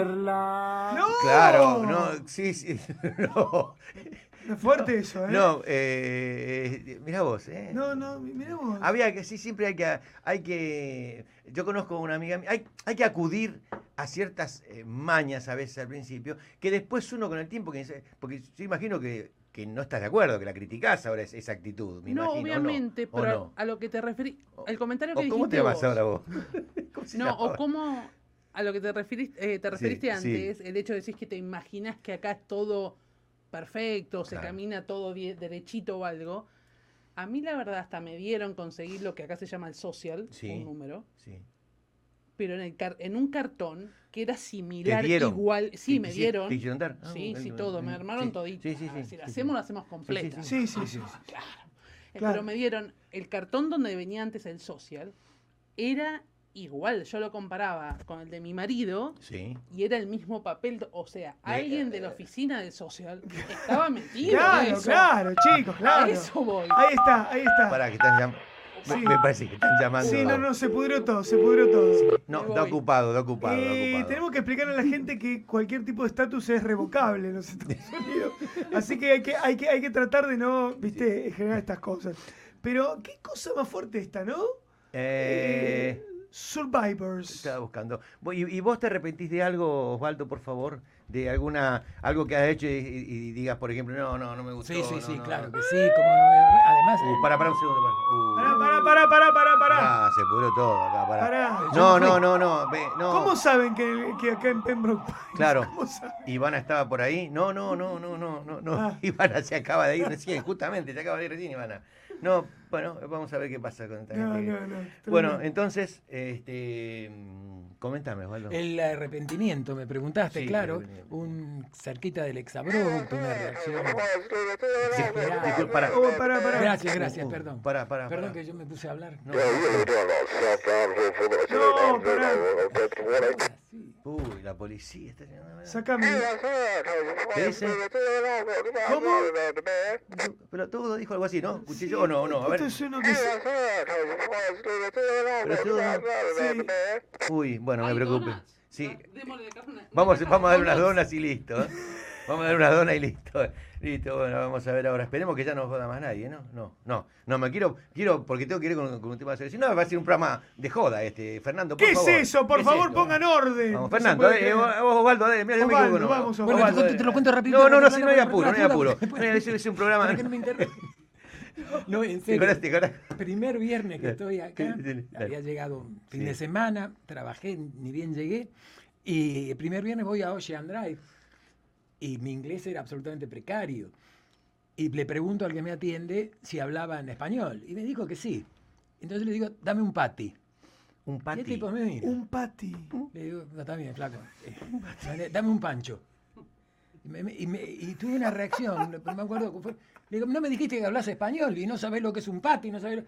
G: comerla.
D: ¡No! Oh.
B: Claro, no, sí, sí. No,
D: Es fuerte eso, ¿eh?
B: no eh, eh, mirá vos, ¿eh?
D: no, no mirá vos.
B: Había que, sí, siempre hay que, hay que, yo conozco a una amiga, mía, hay, hay que acudir a ciertas eh, mañas a veces al principio, que después uno con el tiempo, que dice- porque yo imagino que, que no estás de acuerdo, que la criticás ahora es- esa actitud, me imagino,
E: no,
B: ¿o
E: obviamente,
B: ¿O
E: pero
B: no?
E: a lo que te referí, el comentario
B: ¿O
E: que
B: ¿Cómo
E: dijiste
B: te llamas
E: vos.
B: ahora vos? ¿Cómo se
E: No, o
B: llamaba?
E: cómo a lo que te referiste, eh, te referiste
B: sí.
E: antes, el hecho de decir que te imaginas que acá es todo perfecto, se
B: Claro.
E: camina todo bien, derechito o algo. A mí la verdad hasta me dieron conseguir lo que acá se llama el social,
B: Sí.
E: un número,
B: Sí.
E: pero en, el car- en un cartón que era similar,
B: dieron?
E: igual, sí,
B: ¿Te
E: me
B: hici-
E: dieron.
B: te hicieron dar? Ah,
E: Sí, sí,
B: bueno,
E: todo, me
B: bueno.
E: armaron
B: Sí,
E: todito.
B: Sí, sí,
E: Ah,
B: sí.
E: si la
B: sí,
E: hacemos, la hacemos completa.
D: Sí, sí, sí.
E: Eh,
D: Claro.
E: Pero me dieron el cartón donde venía antes el social, era igual, yo lo comparaba con el de mi marido
B: Sí.
E: y era el mismo papel, o sea, alguien de la
B: eh,
E: oficina del social estaba metido en
D: Claro,
E: eso.
D: claro, chicos,
E: A
D: claro.
E: eso voy.
D: Ahí está, ahí está.
B: Pará, que están llamando.
D: Sí.
B: Me parece que están llamando.
D: Sí, no, no, se pudrió todo, se pudrió todo.
B: No,
E: Me
B: está
E: voy.
B: ocupado, está ocupado, está
D: Eh,
B: ocupado.
D: tenemos que explicar a la gente que cualquier tipo de estatus es revocable en los Estados Unidos. Así que hay que, hay que, hay que tratar de no, viste, generar estas cosas. Pero, ¿qué cosa más fuerte esta, no?
B: Eh,
D: Survivors.
B: Estaba buscando. Vo- ¿Y, y vos te arrepentís de algo, Osvaldo, por favor? De alguna, algo que has hecho y, y- y digas, por ejemplo, no, no, no me gustó.
F: Sí, sí,
B: no,
F: sí,
B: no,
F: claro
B: no.
F: que sí. Como, además,
B: Uh, pará, pará un segundo. Pará,
D: Pará,
B: Uh,
D: pará, pará, pará, pará, pará.
B: Ah, se pudrió todo acá, pará.
D: Pará.
B: No, no, no, no, ve, no.
D: ¿Cómo saben que, que acá en Pembroke Pines?
B: Claro.
D: ¿Cómo saben?
B: Ivana estaba por ahí. No, no, no, no, no, no, no.
D: Ah.
B: Ivana se acaba de ir recién, justamente, se acaba de ir recién, Ivana. No, bueno, vamos a ver qué pasa con esta
D: No,
B: gente.
D: no, no.
B: Bueno,
D: tremendo.
B: entonces, este, mm, coméntame, Osvaldo.
F: El arrepentimiento, me preguntaste,
B: Sí,
F: claro.
B: arrepentimiento.
F: Un cerquita del exabrupto, una reacción. desesperada.
B: Disculpa, pará.
D: Oh, pará, pará.
F: Gracias,
B: Uh,
F: gracias,
B: uh,
F: perdón.
B: Pará, pará,
F: Perdón
B: pará.
F: que yo me puse a hablar.
B: No, no, no.
D: No, pará.
F: Ah, Sí.
B: Uy, la policía está llegando.
D: Sácame.
B: ¿Qué dice?
D: ¿Cómo?
B: Pero todo dijo algo así, ¿no? ¿Escuché yo o no? o no? A ver.
D: Esto es uno que se- sí.
B: Uy, bueno, me
E: ¿Hay
B: preocupe.
E: donas?
B: Sí.
E: Démosle acá una- una
B: Vamos,
E: caja de
B: vamos a dar unas donas y listo. ¿eh? Vamos a dar unas donas y listo. ¿eh? Listo, bueno, vamos a ver ahora. Esperemos que ya no joda más nadie, ¿no? No, no. No, me quiero, quiero, porque tengo que ir con, con un tema serio. Si no, va a ser un programa de joda, este. Fernando, por
D: ¿Qué es
B: favor.
D: eso? Por
B: ¿Qué es
D: favor,
B: esto?
D: pongan orden.
B: Vamos,
D: No se
B: Fernando,
D: puede
B: dale, eh,
D: creer.
B: vos- Osvaldo, dale, mira, yo me
D: Osvaldo,
B: equivoco. no.
D: vamos, Osvaldo.
F: Bueno,
B: Osvaldo,
F: te, te lo cuento rápido.
B: No, no, no, si no hay apuro, no hay
F: Rápido,
B: apuro.
F: rápido,
B: No,
F: rápido.
B: es, es un programa.
F: Para que no me interrumpa. No, en
B: Sí,
F: serio.
B: con este, con este.
F: Primer viernes que
B: Dale,
F: estoy acá,
B: sí, sí, dale.
F: había llegado un fin
B: Sí.
F: de semana, trabajé, ni bien llegué, y el primer viernes voy a Ocean Drive, y mi inglés era absolutamente precario, y le pregunto al que me atiende si hablaba en español, y me dijo que sí. Entonces le digo, dame un patty.
B: Un
F: Y el
B: pati.
F: tipo me mira.
D: Un pati.
F: Le digo, no, está bien, flaco. Eh, dale, Dame un pancho. Y, me- me- y me- y tuve una reacción, no me acuerdo cómo fue. Le digo, no me dijiste que hablas español y no sabés lo que es un patio y no sabés lo-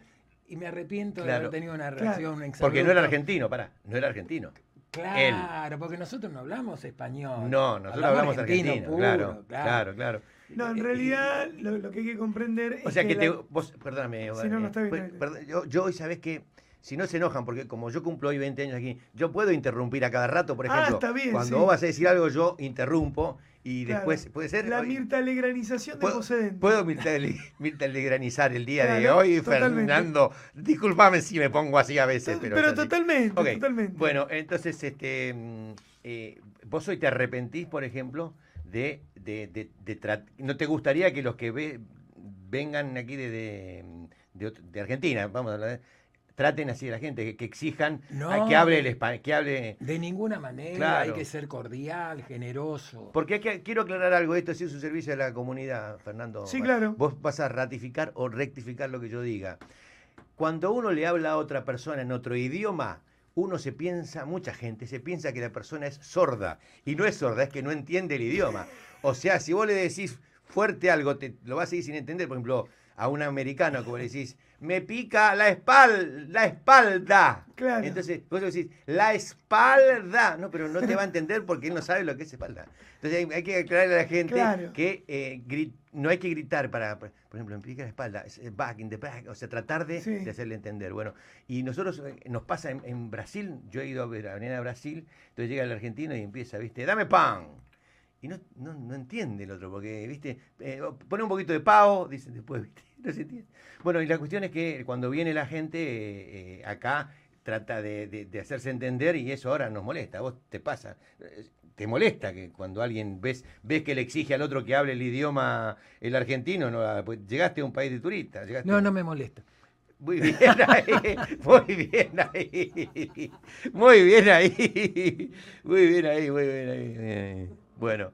F: Y me arrepiento de
B: Claro.
F: haber tenido una reacción, un
B: Porque no era
F: exabrupto.
B: argentino, pará, no era argentino.
F: Claro, porque nosotros no hablamos español.
B: No, nosotros hablamos argentino,
F: puro,
B: claro, claro, claro.
D: No,
B: Eh,
D: en realidad lo, lo que hay que comprender
B: O
D: es
B: sea que, te,
D: la-
B: vos, perdóname,
D: Sí, no, no,
B: eh,
D: está bien,
B: pues,
D: está bien.
B: perdón, yo, yo hoy sabés que si no se enojan, porque como yo cumplo hoy 20 años aquí, yo puedo interrumpir a cada rato, por
D: Ah,
B: ejemplo.
D: está bien,
B: cuando
D: sí.
B: vos vas a decir algo, yo interrumpo y
D: claro,
B: después, puede ser.
D: La
B: Hoy-
D: mirtalegranización de
B: ¿Puedo,
D: Poseidente.
B: puedo mirtale- mirtalegranizar el día de
D: Claro,
B: hoy,
D: totalmente.
B: Fernando? Disculpame si me pongo así a veces,
D: To-
B: pero.
D: pero
B: es así.
D: totalmente,
B: Ok,
D: totalmente.
B: Bueno, entonces, este, mm, eh, vos hoy te arrepentís, por ejemplo, de, de, de- de trat- no te gustaría mm, que los que ve- vengan aquí de, de, de ot- de Argentina, vamos a hablar, de- traten así a la gente, que, que exijan
F: No.
B: a que hable el español, que hable...
F: De ninguna manera, hay
B: Claro.
F: que ser cordial, generoso.
B: Porque hay que- quiero aclarar algo, esto sí es un servicio a la comunidad, Fernando.
D: Sí, claro.
B: Vos vas a ratificar o rectificar lo que yo diga. Cuando uno le habla a otra persona en otro idioma, uno se piensa, mucha gente se piensa que la persona es sorda. Y no es sorda, es que no entiende el idioma. O sea, si vos le decís fuerte algo, te, lo vas a seguir sin entender. Por ejemplo, a un americano, como le decís, me pica la, espal la espalda.
D: Claro.
B: Entonces, vos le decís, la espalda. No, pero no te va a entender porque él no sabe lo que es espalda. Entonces, hay, hay que aclararle a la gente
D: Claro.
B: que eh, gri- no hay que gritar para, por ejemplo, me pica la espalda, es, eh, back in the back, o sea, tratar de,
D: Sí.
B: de hacerle entender. Bueno, y nosotros eh, nos pasa en, en Brasil, yo he ido a ver a Avenida Brasil, entonces llega el argentino y empieza, viste, dame pan. Y no, no, no entiende el otro, porque, viste, eh, pone un poquito de pavo, dicen después, viste, no se entiende. Bueno, y la cuestión es que cuando viene la gente eh, eh, acá, trata de, de- de hacerse entender y eso ahora nos molesta, a vos te pasa. Eh, Te molesta que cuando alguien ves, ves que le exige al otro que hable el idioma el argentino, no, ah, pues llegaste a un país de turistas. llegaste-
F: No, no me molesta.
B: Muy bien ahí, muy bien ahí, muy bien ahí, muy bien ahí, muy bien ahí. muy bien ahí. Bueno,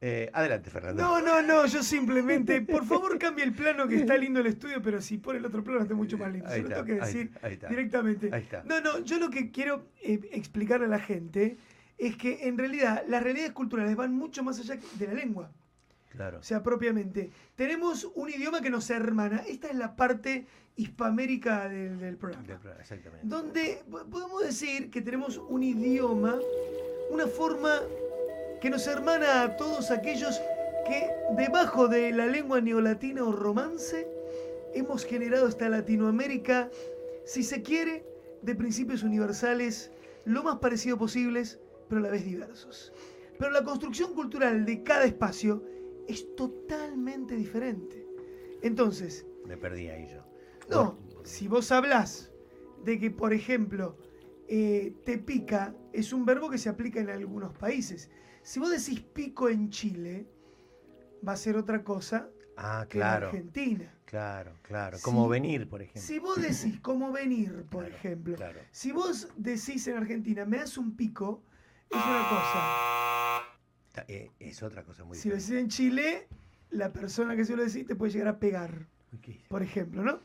B: eh, adelante Fernando.
D: No, no, no, yo simplemente, por favor cambie el plano que está lindo el estudio, pero si pone el otro plano está mucho más lindo.
B: Ahí
D: Se lo
B: está,
D: tengo que
B: ahí-
D: decir
B: ahí está.
D: directamente.
B: Ahí está.
D: No, no, yo lo que quiero eh, explicarle a la gente es que en realidad las realidades culturales van mucho más allá de la lengua.
B: Claro.
D: O sea, propiamente. Tenemos un idioma que nos hermana. Esta es la parte hispamérica del, del
B: Del
D: programa.
B: programa, Exactamente.
D: Donde po- podemos decir que tenemos un idioma, una forma que nos hermana a todos aquellos que debajo de la lengua neolatina o romance hemos generado esta Latinoamérica, si se quiere, de principios universales, lo más parecido posibles, pero a la vez diversos. Pero la construcción cultural de cada espacio es totalmente diferente. Entonces,
B: Me perdí ahí yo.
D: no, si vos hablás de que, por ejemplo, eh, te pica, es un verbo que se aplica en algunos países. Si vos decís pico en Chile, va a ser otra cosa
B: Ah,
D: que
B: claro.
D: en Argentina.
B: Claro, claro.
D: Sí.
B: Como venir, por ejemplo.
D: Si vos decís cómo venir, por
B: Claro,
D: ejemplo,
B: Claro.
D: si vos decís en Argentina, me das un pico, es una cosa.
B: Ta- eh, es otra cosa Ah, muy
D: Si lo
B: diferente.
D: decís en Chile, la persona que se lo decís te puede llegar a pegar,
B: Uy, ¿qué hice?
D: por ejemplo, ¿no?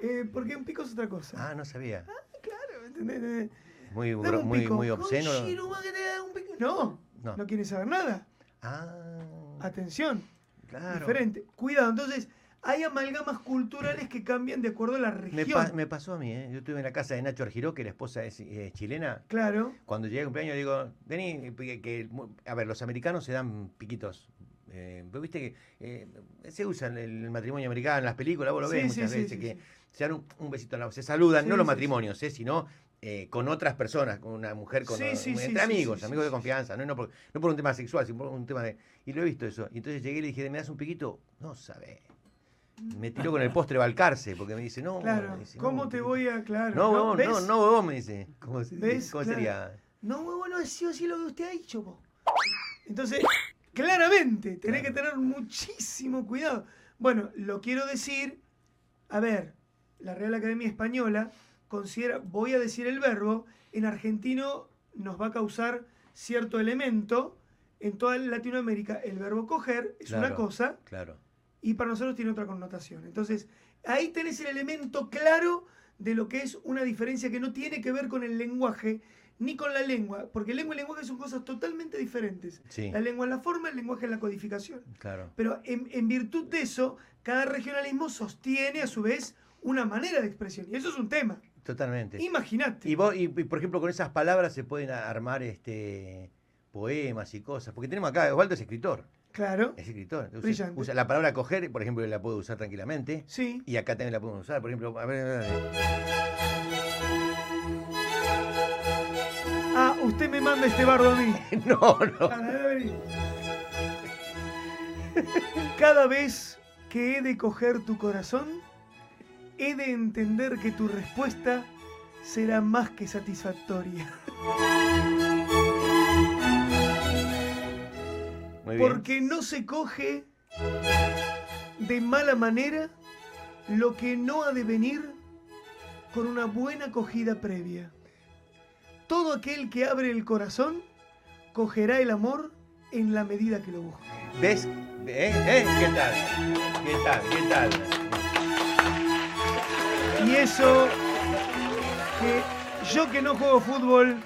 D: Eh, porque un pico es otra cosa.
B: Ah, no sabía.
D: Claro, ¿entendés?
B: Muy,
D: Dame
B: bro-
D: un
B: muy,
D: pico.
B: muy obsceno.
D: Oye, no va a querer un pico. No,
B: No.
D: no, quiere saber nada.
B: Ah,
D: Atención,
B: claro.
D: diferente. Cuidado, entonces hay amalgamas culturales que cambian de acuerdo a la
B: Me,
D: región.
B: pa- me pasó a mí, ¿eh? Yo estuve en la casa de Nacho Argiró, que la esposa es eh, chilena.
D: Claro,
B: Cuando llegué a cumpleaños, digo, vení, eh, que, que- mu- a ver, los americanos se dan piquitos. Eh, vos viste que eh, se usa en el matrimonio americano, en las películas, vos lo
D: Sí,
B: ves
D: sí,
B: muchas
D: sí,
B: veces,
D: sí,
B: que
D: sí.
B: se dan un, un besito, a la- se saludan,
D: Sí,
B: no los
D: sí,
B: matrimonios, eh, sino eh, con otras personas, con una mujer, con
D: Sí,
B: o-
D: sí,
B: entre
D: sí, sí,
B: amigos,
D: sí, sí,
B: amigos de
D: sí,
B: confianza, no, no, por, no por un tema sexual, sino por un tema de... Y lo he visto eso. Y entonces llegué y le dije, ¿me das un piquito? No sabés. Me tiró con el postre Balcarce, porque me dice, no.
D: claro.
B: me dice, no,
D: ¿Cómo
B: un
D: te
B: piquito".
D: voy a
B: Oh,
D: claro?
B: No, huevón, no,
D: ¿Ves?
B: no, huevón, me dice. ¿Cómo, se-
D: ¿Ves?
B: cómo
D: Claro.
B: sería?
D: No, huevo, no es sí o sí lo que usted ha dicho, po. Entonces, claramente, tenés
B: Claro.
D: que tener muchísimo cuidado. Bueno, lo quiero decir, a ver, la Real Academia Española considera, voy a decir el verbo, en argentino nos va a causar cierto elemento, en toda Latinoamérica el verbo coger es una
B: Claro.
D: cosa
B: Claro.
D: y para nosotros tiene otra connotación. Entonces, ahí tenés el elemento claro de lo que es una diferencia que no tiene que ver con el lenguaje ni con la lengua, porque lengua y lenguaje son cosas totalmente diferentes.
B: Sí.
D: La lengua es la forma, el lenguaje es la codificación.
B: Claro.
D: Pero en, en virtud de eso, cada regionalismo sostiene a su vez una manera de expresión. Y eso es un tema.
B: Totalmente.
D: Imagínate.
B: Y, vos, y, y, por ejemplo, con esas palabras se pueden a- armar este poemas y cosas. Porque tenemos acá, Osvaldo es escritor.
D: Claro.
B: Es escritor. Usa-
D: Brillante.
B: usa la palabra coger, por ejemplo, la puedo usar tranquilamente.
D: Sí.
B: Y acá también la podemos usar. Por ejemplo, a ver, a ver, a ver.
D: Ah, usted me manda este bardo a mí.
B: No, no.
D: Para, dale, vení. Cada vez que he de coger tu corazón, he de entender que tu respuesta será más que satisfactoria.
B: Muy bien.
D: Porque no se coge de mala manera lo que no ha de venir con una buena acogida previa. Todo aquel que abre el corazón cogerá el amor en la medida que lo busque.
B: ¿Ves? ¿Eh? ¿Eh? ¿Qué tal? ¿Qué tal? ¿Qué tal?
D: Y eso que yo que no juego fútbol,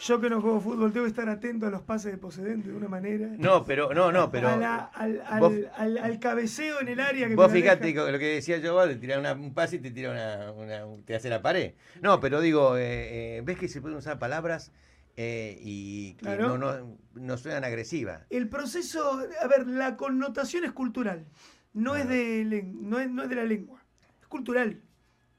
D: yo que no juego fútbol, tengo que estar atento a los pases de Posedente de una manera.
B: No, pero, no, no, pero.
D: A la- al, al-
B: vos-
D: al- al cabeceo en el área que
B: Vos
D: me la deja.
B: fijate con lo que decía yo, vos, le tirás una- un pase y te tira una, una- un- te hace la pared. No, pero digo, eh, eh, ves que se pueden usar palabras eh, y que
D: Claro.
B: no, no, no suenan agresivas.
D: El proceso, a ver, la connotación es cultural, no,
B: Ah.
D: es, de, len- no, es, no es de la lengua, es cultural,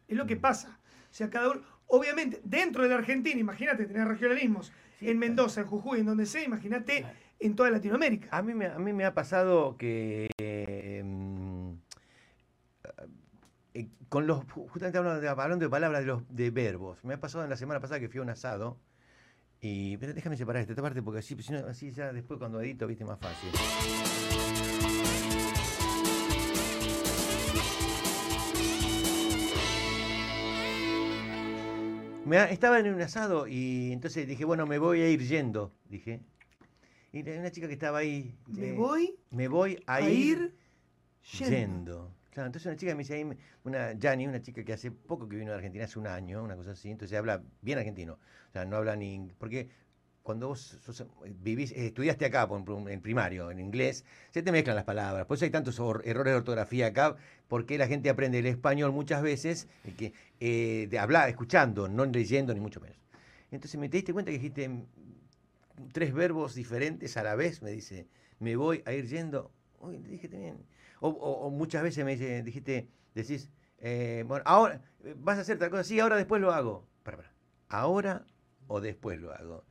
D: es lo que
B: Mm.
D: pasa. O sea, cada uno, obviamente, dentro de la Argentina, imagínate tener regionalismos en Mendoza, en Jujuy, en donde sea, imagínate en toda Latinoamérica.
B: A mí me, a mí me ha pasado que eh, mm, eh, con los justamente hablando de, hablando de palabras de, los, de verbos. Me ha pasado en la semana pasada que fui a un asado y pero déjame separar esta parte porque así, si no, así ya después cuando edito viste más fácil. Me ha- estaba en un asado y entonces dije, bueno, me voy a ir yendo, dije. Y la- una chica que estaba ahí.
D: Me
B: eh,
D: voy
B: me voy a,
D: a
B: ir,
D: ir yendo.
B: yendo. Claro, entonces una chica me dice ahí, me- una Yani, una chica que hace poco que vino de Argentina, hace un año, una cosa así, entonces habla bien argentino. O sea, no habla ni. ing- Porque cuando vos sos- vivís, eh, estudiaste acá por- por- en primario, en inglés, se te mezclan las palabras. Por eso hay tantos or- errores de ortografía acá, porque la gente aprende el español muchas veces, eh, que, eh, de hablar, escuchando, no leyendo, ni mucho menos. Entonces me te diste cuenta que dijiste mm, tres verbos diferentes a la vez, me dice, me voy a ir yendo. Uy, le dije también. O, o- o muchas veces me dice, dijiste, decís, eh, bueno, ahora eh, vas a hacer tal cosa, sí, ahora después lo hago. Para, para. Ahora o después lo hago.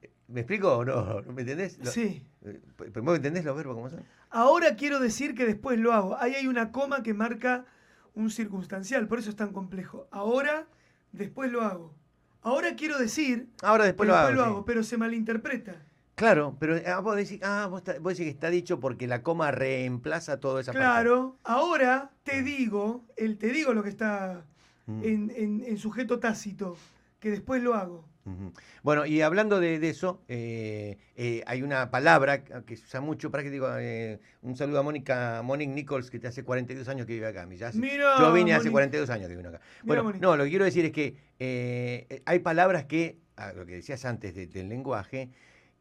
B: Eh, ¿Me explico o no? ¿Me entendés? Lo-
D: Sí.
B: eh, pero ¿Vos entendés los verbos como son?
D: Ahora quiero decir que después lo hago. Ahí hay una coma que marca un circunstancial, por eso es tan complejo. Ahora, después lo hago. Ahora quiero decir,
B: Ahora después
D: después
B: lo hago.
D: lo
B: sí.
D: hago, pero se malinterpreta.
B: Claro, pero ah, vos decís, ah, vos, está- vos decís que está dicho porque la coma reemplaza toda esa parte.
D: Claro, ahora te digo, el te digo lo que está
B: Mm.
D: en, en- en sujeto tácito, que después lo hago.
B: Ujú. Bueno, y hablando de, de eso, eh, eh, hay una palabra que que se usa mucho, para que digo, eh, un saludo a Mónica, Monique Nichols, que te hace 42 años que vive acá. mirá, hace-
D: Mirá,
B: yo vine hace
D: Monique.
B: 42 años que vino acá. Bueno,
D: Monique.
B: no, lo que quiero decir es que eh, eh, hay palabras que, ah, lo que decías antes de- del lenguaje,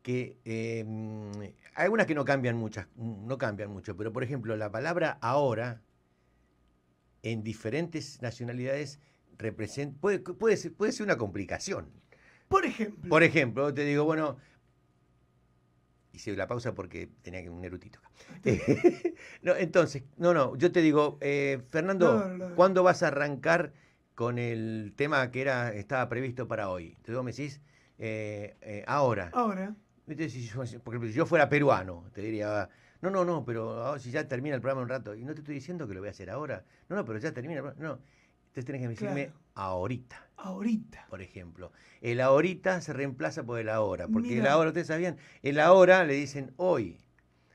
B: que eh, mm, hay algunas que no cambian muchas, mm, no cambian mucho, pero por ejemplo, la palabra ahora en diferentes nacionalidades representa, puede, puede, ser, puede ser una complicación.
D: Por ejemplo,
B: Por ejemplo, te digo, bueno, hice la pausa porque tenía que un erutito. acá. Eh, no, entonces, no, no, yo te digo, eh, Fernando,
D: No, no, no.
B: ¿cuándo vas a arrancar con el tema que era estaba previsto para hoy? Entonces vos me decís, eh, eh, ahora.
D: ahora,
B: Entonces, si yo, si- por ejemplo, si yo fuera peruano, te diría, no, no, no, pero ah, si ya termina el programa un rato, y no te estoy diciendo que lo voy a hacer ahora, no, no, pero ya termina el programa, no. Entonces tenés que decirme
D: Claro.
B: ahorita
D: ahorita.
B: por ejemplo. El ahorita se reemplaza por el ahora, porque el
D: Mirá.
B: ahora, ustedes sabían, el ahora le dicen hoy.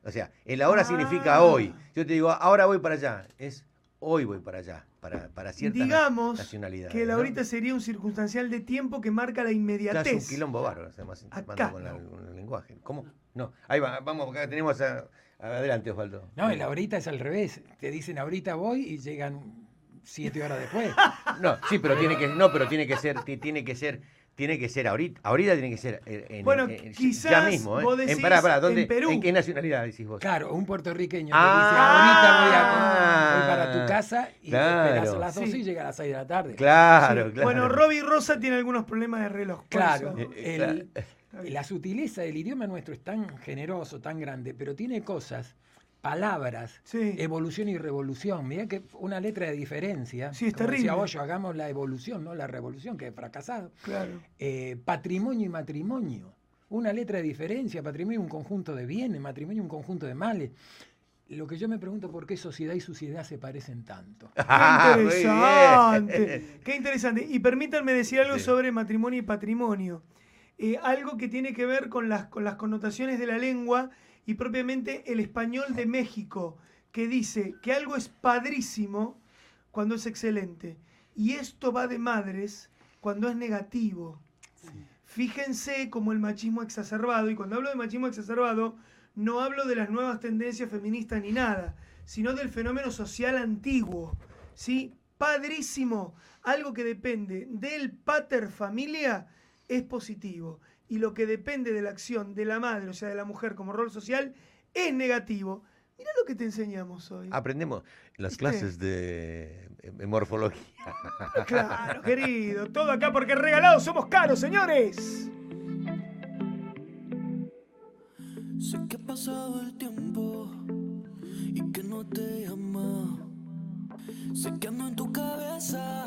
B: O sea, el ahora significa
D: Ah.
B: hoy. Yo te digo, ahora voy para allá, es hoy voy para allá, para, para cierta
D: Digamos
B: nacionalidad.
D: que el ahorita sería un circunstancial de tiempo que marca la inmediatez.
B: un quilombo bárbaro, además,
D: Acá
B: con, la-
D: no.
B: con el lenguaje. ¿Cómo? No, ahí va, vamos, acá tenemos a- Adelante, Osvaldo.
F: No, el ahorita es al revés. Te dicen ahorita voy y llegan siete horas después.
B: No, sí, pero tiene que, no, pero tiene que ser, ti- tiene que ser, tiene que ser ahorita, ahorita tiene que ser. eh, en-
D: Bueno,
B: en- en- ya
D: quizás
B: mismo, ¿eh?
D: vos
B: En-
D: decís
B: pará, pará,
D: en
B: ¿dónde-
D: Perú.
B: ¿En qué nacionalidad decís vos?
F: Claro, un puertorriqueño
B: Ah.
F: te dice ahorita voy, a, voy para tu casa y
B: Claro.
F: te esperas a las 12
D: Sí.
F: y llegas a las 6 de la tarde.
B: Claro,
D: Sí.
B: claro.
D: Bueno, Robbie Rosa tiene algunos problemas de reloj. por
F: Claro,
D: eso.
B: Eh,
F: el- la sutileza del idioma nuestro es tan generoso, tan grande, pero tiene cosas, palabras,
D: Sí.
F: evolución y revolución. Mirá que una letra de diferencia.
D: Sí, es
F: como decía
D: terrible.
F: Hoyo, hagamos la evolución, no la revolución, que he fracasado.
D: Claro.
F: Eh, patrimonio y matrimonio. Una letra de diferencia, patrimonio un conjunto de bienes, matrimonio un conjunto de males. Lo que yo me pregunto por qué sociedad y suciedad se parecen tanto.
B: Ah,
D: Qué
B: muy bien.
D: interesante. Qué interesante. Y permítanme decir algo
B: Sí.
D: sobre matrimonio y patrimonio. Eh, algo que tiene que ver con las, con las connotaciones de la lengua y propiamente el español de México, que dice que algo es padrísimo cuando es excelente. Y esto va de madres cuando es negativo. Fíjense como el machismo exacerbado, y cuando hablo de machismo exacerbado, no hablo de las nuevas tendencias feministas ni nada, sino del fenómeno social antiguo. ¿Sí? Padrísimo. Algo que depende del pater familia es positivo. Y lo que depende de la acción de la madre, o sea, de la mujer como rol social, es negativo. Mira lo que te enseñamos hoy.
B: Aprendemos las
D: ¿Viste?
B: clases de eh, morfología.
D: Claro, querido. Todo acá porque regalados somos caros, señores.
H: Sé que ha pasado el tiempo y que no te llama. Sé que ando en tu cabeza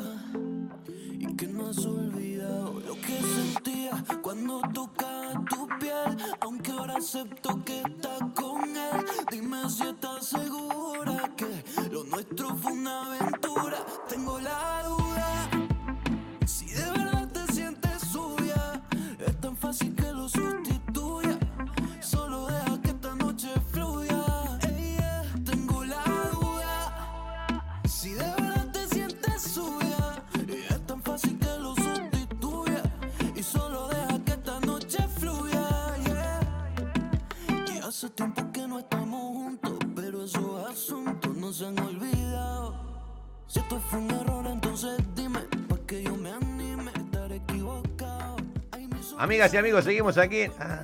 H: y que no has olvidado lo que sentía cuando tocaba tu piel. Aunque ahora acepto que estás con él, dime si estás segura que lo nuestro fue una aventura. Tengo la duda. Si de verdad te sientes suya, es tan fácil que lo sustituya. Solo deja que esta noche fluya. Ey, yeah. Tengo la duda. Si de verdad te sientes suya, es tan fácil que lo sustituya. Y solo deja que esta noche fluya. yeah. Y hace tiempo que no estamos juntos, pero esos asuntos no se han olvidado. Si esto fue un error, entonces dime, pa' que yo me anime, estaré equivocado. Ay, mi
B: Amigas y amigos, seguimos aquí. Ah.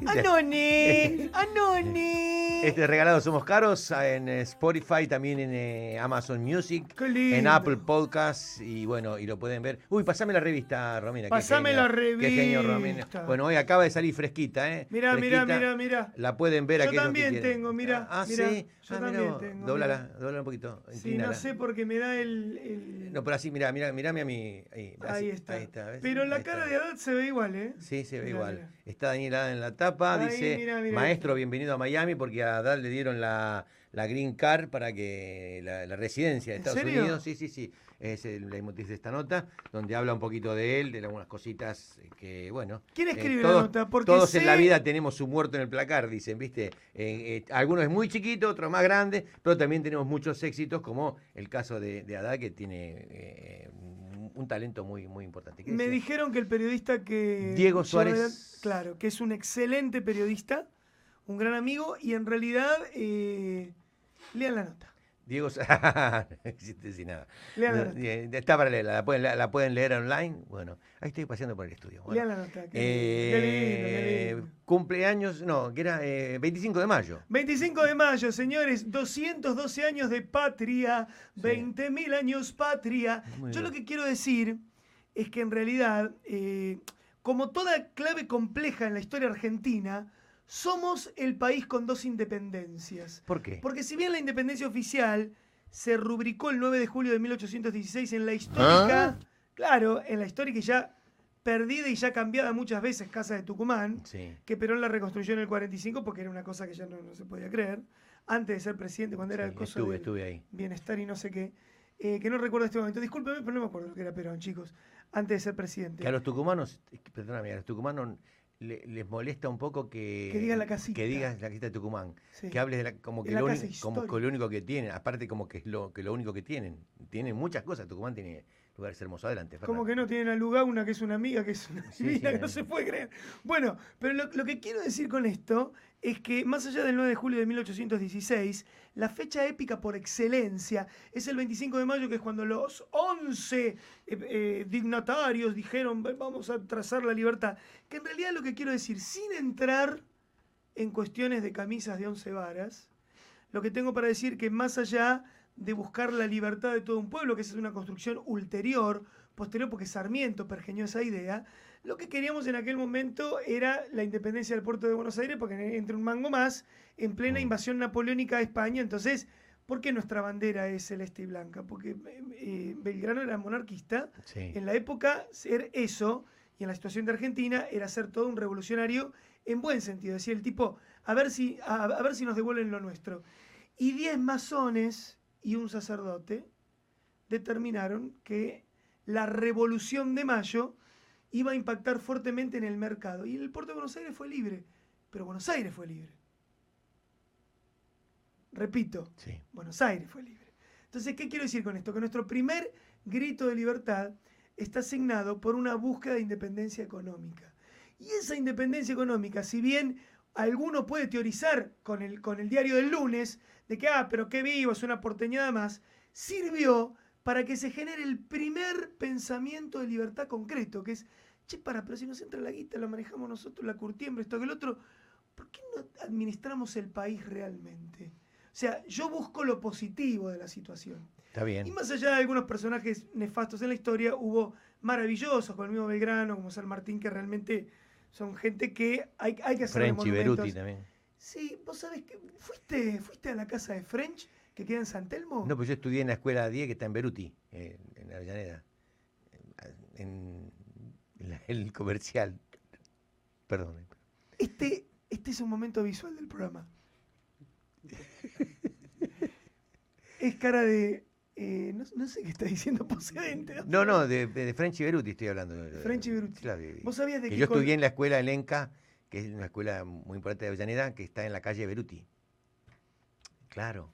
D: Anone, Anone.
B: Este regalado somos caros eh, en eh, Spotify, también en eh, Amazon Music,
D: Qué lindo.
B: en Apple Podcasts y bueno, y lo pueden ver. Uy, pasame la revista, Romina. qué
D: Pasame
B: genio,
D: la
B: qué genio, Romina.
D: revista.
B: Bueno, hoy acaba de salir fresquita, ¿eh?
D: Mirá, mirá,
B: Fresquita.
D: mirá, mirá.
B: La pueden ver
D: Yo
B: aquellos que
D: también
B: quieran.
D: tengo, mirá,
B: Ah,
D: mirá,
B: sí.
D: yo
B: Ah, mirá
D: también
B: vos.
D: tengo,
B: Doblala,
D: mirá.
B: doblala un poquito.
D: Sí, no
B: inclinala.
D: sé porque me da el. el-
B: No, pero así, mirá, mirá, mirame a mí. Ahí, así,
D: ahí está.
B: ahí está, ¿ves?
D: Pero la
B: Ahí
D: cara
B: está.
D: de Adad se ve igual, ¿eh?
B: Sí, se ve
D: Mirá,
B: igual.
D: mirá.
B: Está Daniel Adán en la tapa,
D: Ahí,
B: dice,
D: mirá, mirá,
B: maestro, bienvenido a Miami, porque a Adán le dieron la, la green card para que la, la residencia de
D: ¿En
B: Estados
D: serio?
B: Unidos. Sí, sí, sí. Es el leitmotiv de esta nota, donde habla un poquito de él, de algunas cositas que, bueno.
D: ¿Quién
B: eh,
D: escribe la
B: todos,
D: nota? Porque
B: todos en la
D: sé-
B: vida tenemos un muerto en el placar, dicen, ¿viste? Eh, eh, algunos es muy chiquito, otros más grande, pero también tenemos muchos éxitos, como el caso de, de Adán, que tiene eh, un, un talento muy, muy importante. ¿Qué
D: Me
B: decía?
D: dijeron que el periodista que.
B: Diego
D: lleva
B: Suárez.
D: adelante- claro, que es un excelente periodista, un gran amigo, y en realidad. eh, lean la nota.
B: Diego Sa- no existe sin nada.
D: Lean la
B: No,
D: nota.
B: eh, está para leerla, la pueden, la, la pueden leer online. Bueno, ahí estoy paseando por el estudio. bueno.
D: lean la nota. qué lindo, qué
B: Eh,
D: lindo, qué lindo.
B: cumpleaños, no, que era eh, 25 de mayo.
D: 25 de mayo, señores, 212 años de patria,
B: Sí.
D: 20.000 años patria.
B: Muy
D: Yo lo
B: bien.
D: que quiero decir es que en realidad, eh, como toda clave compleja en la historia argentina, somos el país con dos independencias.
B: ¿Por qué?
D: Porque si bien la independencia oficial se rubricó el 9 de julio de 1816
B: ¿Ah?
D: en la histórica, claro, en la histórica y ya perdida y ya cambiada muchas veces, Casa de Tucumán
B: Sí.
D: que Perón la reconstruyó en el 45 porque era una cosa que ya no, no se podía creer, antes de ser presidente, cuando era
B: sí,
D: el coso
B: estuve,
D: del
B: estuve ahí.
D: bienestar y no sé qué, eh, que no recuerdo este momento. Discúlpeme, pero no me acuerdo que era Perón, chicos, antes de ser presidente.
B: Que a los tucumanos, perdóname, a los tucumanos le- les molesta un poco que,
D: Que digas la casita.
B: que digas la casita de Tucumán.
D: Sí.
B: Que hables de la- como,
D: De
B: que
D: la
B: lo
D: casa
B: único, como que lo único que tienen, aparte como que es lo, que lo único que tienen. Tienen muchas cosas, Tucumán tiene lugares hermosos. Adelante,
D: Como
B: Fernando.
D: que no tienen a Lugauna, que es una amiga, que es una
B: Sí,
D: divina,
B: sí,
D: que no
B: sí.
D: se puede creer. Bueno, pero lo, lo que quiero decir con esto es que más allá del 9 de julio de 1816, la fecha épica por excelencia es el 25 de mayo, que es cuando los 11 eh, eh, dignatarios dijeron "Ve, vamos a trazar la libertad. Que en realidad lo que quiero decir, sin entrar en cuestiones de camisas de 11 varas, lo que tengo para decir que más allá de buscar la libertad de todo un pueblo, que esa es una construcción ulterior, posterior, porque Sarmiento pergeñó esa idea, lo que queríamos en aquel momento era la independencia del puerto de Buenos Aires, porque entre un mango más, en plena
B: Mm.
D: invasión napoleónica a España, entonces, ¿por qué nuestra bandera es celeste y blanca? Porque eh, eh, Belgrano era monarquista,
B: Sí.
D: en la época, ser eso, y en la situación de Argentina, era ser todo un revolucionario en buen sentido. Decía el tipo, a ver si, a, a ver si nos devuelven lo nuestro. Y 10 masones y un sacerdote determinaron que la revolución de mayo iba a impactar fuertemente en el mercado. Y el puerto de Buenos Aires fue libre, pero Buenos Aires fue libre. Repito,
B: Sí.
D: Buenos Aires fue libre. Entonces, ¿qué quiero decir con esto? Que nuestro primer grito de libertad está asignado por una búsqueda de independencia económica. Y esa independencia económica, si bien alguno puede teorizar con el, con el diario del lunes de que, ah, pero qué vivo, es una porteñada más, sirvió para que se genere el primer pensamiento de libertad concreto, que es, che, para, pero si nos entra la guita, la manejamos nosotros, la curtiembre, esto que el otro, ¿por qué no administramos el país realmente? O sea, yo busco lo positivo de la situación.
B: Está
D: Y
B: bien.
D: más allá de algunos personajes nefastos en la historia, hubo maravillosos, como el mismo Belgrano, como San Martín, que realmente son gente que hay, hay que hacer
B: French y Beruti también.
D: Sí, vos sabés que fuiste, fuiste a la casa de French, que queda en San Telmo.
B: No, pues yo estudié en la escuela 10 que está en Beruti, eh, en Avellaneda. En, en la- el comercial. Perdón. eh.
D: Este, este es un momento visual del programa. es cara de. eh, no, no sé qué está diciendo procedente.
B: No, no, de, de, de French y Beruti estoy hablando. de- de-
D: French y Beruti.
B: Claro, de-
D: ¿Vos sabías de
B: que
D: que
B: yo
D: con-
B: estudié en la escuela Elenca, que es una escuela muy importante de Avellaneda, que está en la calle Beruti. Claro.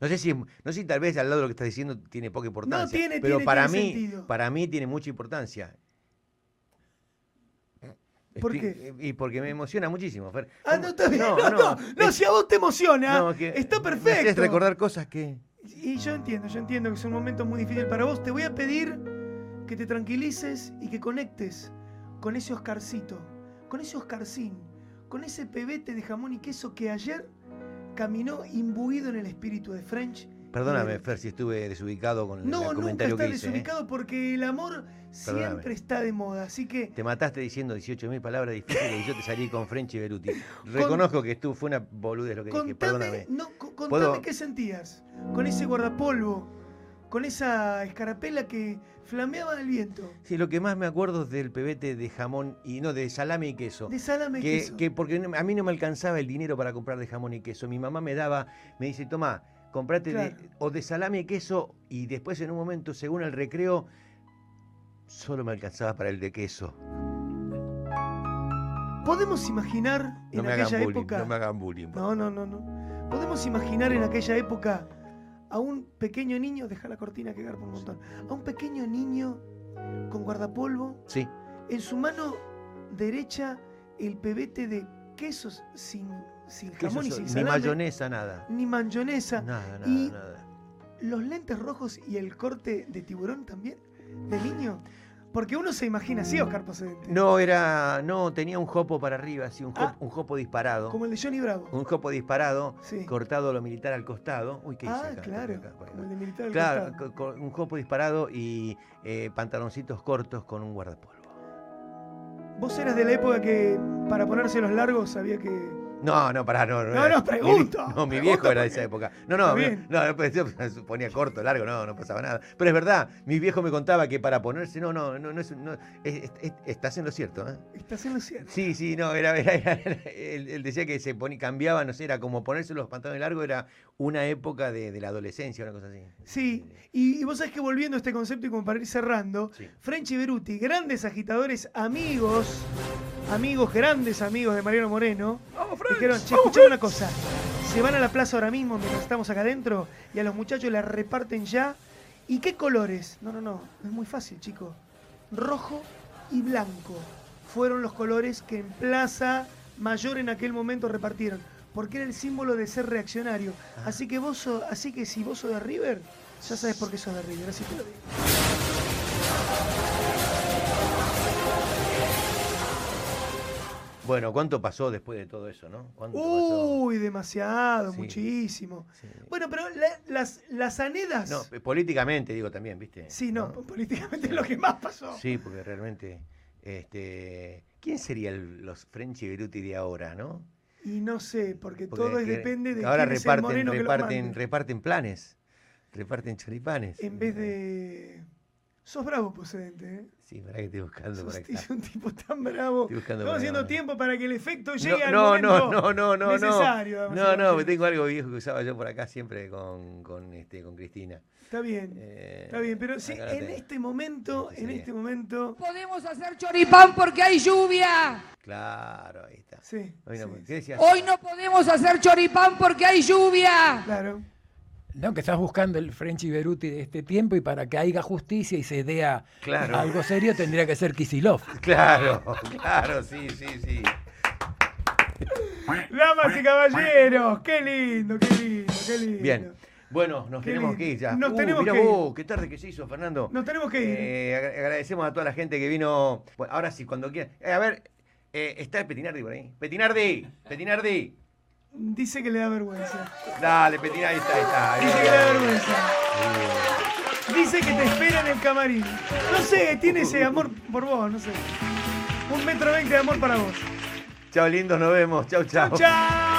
B: No sé si, no sé si tal vez al lado de lo que estás diciendo tiene poca importancia.
D: tiene-
B: pero
D: tiene-
B: para
D: tiene
B: mí,
D: sentido.
B: para mí tiene mucha importancia.
D: ¿Por
B: Expli-
D: qué?
B: Y porque me emociona muchísimo, Fer.
D: Ah, no, está bien.
B: No,
D: No, no,
B: no,
D: no,
B: es-
D: si a vos te emociona,
B: No, que
D: está
B: Me haces
D: perfecto.
B: recordar cosas que.
D: Y yo entiendo, yo entiendo que es un momento muy difícil para vos. Te voy a pedir que te tranquilices y que conectes con ese Oscarcito, con ese Oscarcín, con ese pebete de jamón y queso que ayer caminó imbuido en el espíritu de French.
B: Perdóname,
D: Bien.
B: Fer, si estuve desubicado con el-
D: Eh. No,
B: el
D: nunca
B: comentario
D: está
B: que hice. ¿eh?
D: desubicado porque el amor
B: Perdóname.
D: siempre está de moda. Así que
B: Te mataste diciendo 18.000 palabras difíciles y yo te salí con French y Beruti. Reconozco que tú fue una boludez lo que dije,
D: contame,
B: perdóname.
D: no, co- contame
B: ¿Puedo?
D: qué sentías con ese guardapolvo, con esa escarapela que flameaba del viento.
B: Sí, lo que más me acuerdo es del pebete de jamón y no, de salame y queso.
D: De salame y
B: que,
D: queso.
B: que porque no- a mí no me alcanzaba el dinero para comprar de jamón y queso. Mi mamá me daba, me dice, toma, comprate
D: Claro.
B: de, o de salame y queso y después en un momento, según el recreo, solo me alcanzaba para el de queso.
D: Podemos imaginar
B: No
D: en
B: me hagan
D: aquella
B: bullying,
D: época.
B: no me hagan bullying. por
D: no, no, no, no. Podemos imaginar en aquella época a un pequeño niño, deja la cortina que garpa un montón, a un pequeño niño con guardapolvo,
B: Sí,
D: en su mano derecha el pebete de quesos sin, sin
B: queso
D: jamón y
B: so-
D: sin
B: ni
D: salame,
B: mayonesa, nada.
D: ni mayonesa,
B: Nada, nada,
D: y-
B: nada.
D: los lentes rojos y el corte de tiburón también, de niño. Porque uno se imagina así, Oscar Posedente,
B: No, era, no, tenía un jopo para arriba, así, un, jo-
D: Ah.
B: un jopo disparado.
D: como el de Johnny Bravo.
B: Un jopo disparado,
D: Sí.
B: cortado a lo militar al costado. Uy, ¿qué hice
D: ah,
B: acá?
D: claro,
B: Acá, acá.
D: como el de militar del
B: Claro,
D: costado.
B: co- co- un jopo disparado y eh, pantaloncitos cortos con un guardapolvo.
D: Vos eras de la época que para ponerse los largos sabía que.
B: No, no, pará, no.
D: No,
B: era-
D: no, pregunto,
B: mi- no, mi
D: pregunto
B: viejo era de
D: porque-
B: esa época. No, no,
D: Está
B: no,
D: bien.
B: no, pues, yo ponía corto, largo, no, no pasaba nada. Pero es verdad, mi viejo me contaba que para ponerse, no, no, no, no, es, no es- es- estás en lo cierto, ¿eh?
D: Estás en lo cierto.
B: Sí, sí, no, era, era- era- él, él decía que se ponía, cambiaba, no sé, era como ponerse los pantalones largos, era una época de, de la adolescencia, una cosa así.
D: Sí, y, y vos sabés que volviendo a este concepto y como para ir cerrando,
B: Sí.
D: French y Beruti, grandes agitadores, amigos, amigos, grandes amigos de Mariano Moreno, dijeron: Che, escuchame una cosa. Se van a la plaza ahora mismo mientras estamos acá adentro y a los muchachos la reparten ya. ¿Y qué colores? No, no, no, es muy fácil, chico. Rojo y blanco fueron los colores que en Plaza Mayor en aquel momento repartieron, porque era el símbolo de ser reaccionario. Así que vos so- así que si vos sos de River, ya sabes por qué sos de River, así te lo digo.
B: Bueno, ¿cuánto pasó después de todo eso, no? ¿Cuánto pasó?
D: Uy, demasiado,
B: Sí.
D: muchísimo.
B: Sí.
D: Bueno, pero la- las, las anedas.
B: No, eh, políticamente digo también, ¿viste?
D: sí, no, políticamente es lo que más pasó.
B: Sí, porque realmente, este, ¿quién serían los French y Beruti de ahora, no?
D: Y no sé, porque,
B: Porque
D: todo es-
B: que-
D: depende de
B: ahora
D: quién es el
B: reparten,
D: moreno que los
B: reparten,
D: mande.
B: reparten planes, reparten choripanes.
D: En vez de. Sos bravo, procedente, ¿eh?
B: Sí, para que estoy buscando por
D: Sos
B: acá.
D: es un tipo tan bravo.
B: Estoy buscando
D: Estamos
B: por ahí,
D: haciendo
B: vale.
D: tiempo para que Pues el efecto llegue al
B: No, no,
D: momento
B: no, no, no, no.
D: necesario. damas y
B: No, no,
D: caballeros.
B: tengo algo viejo que usaba yo por acá siempre con, con, este, con Cristina.
D: Está bien,
B: Eh,
D: está bien, pero sí,
B: acá la
D: en
B: tengo.
D: este momento,
B: Este
D: en
B: sería.
D: este momento,
I: podemos hacer choripán porque hay lluvia.
B: Claro, ahí está.
D: sí,
B: Hoy no,
D: sí,
B: ¿qué decías?
I: Hoy no podemos hacer choripán porque hay lluvia.
D: claro.
F: No, que estás buscando el Frenchy Beruti de este tiempo y para que haya justicia y se dé a
B: Claro.
F: algo serio tendría que ser Kisilov.
B: Claro, claro, sí, sí, sí.
D: Damas y caballeros, qué lindo, qué lindo, qué lindo.
B: Bien. Bueno, nos
D: Qué
B: tenemos
D: lindo.
B: que ir ya.
D: Nos
B: Uh,
D: tenemos
B: mirá
D: que ir.
B: vos, qué tarde que se hizo, Fernando.
D: Nos tenemos que ir.
B: Eh, agra- agradecemos a toda la gente que vino. Bueno, ahora sí, cuando quieran. Eh, a ver, eh, está el Petinardi por ahí. Petinardi, Petinardi.
D: Dice que le da vergüenza.
B: Dale, Petinardi, ahí está, ahí está. Ahí
D: Dice que le da
B: está.
D: vergüenza. Dice que te espera en el camarín. No sé, tiene ese amor por vos, no sé. Un metro veinte de amor para vos.
B: Chao, lindos, nos vemos. Chao, chao.
D: ¡Chao!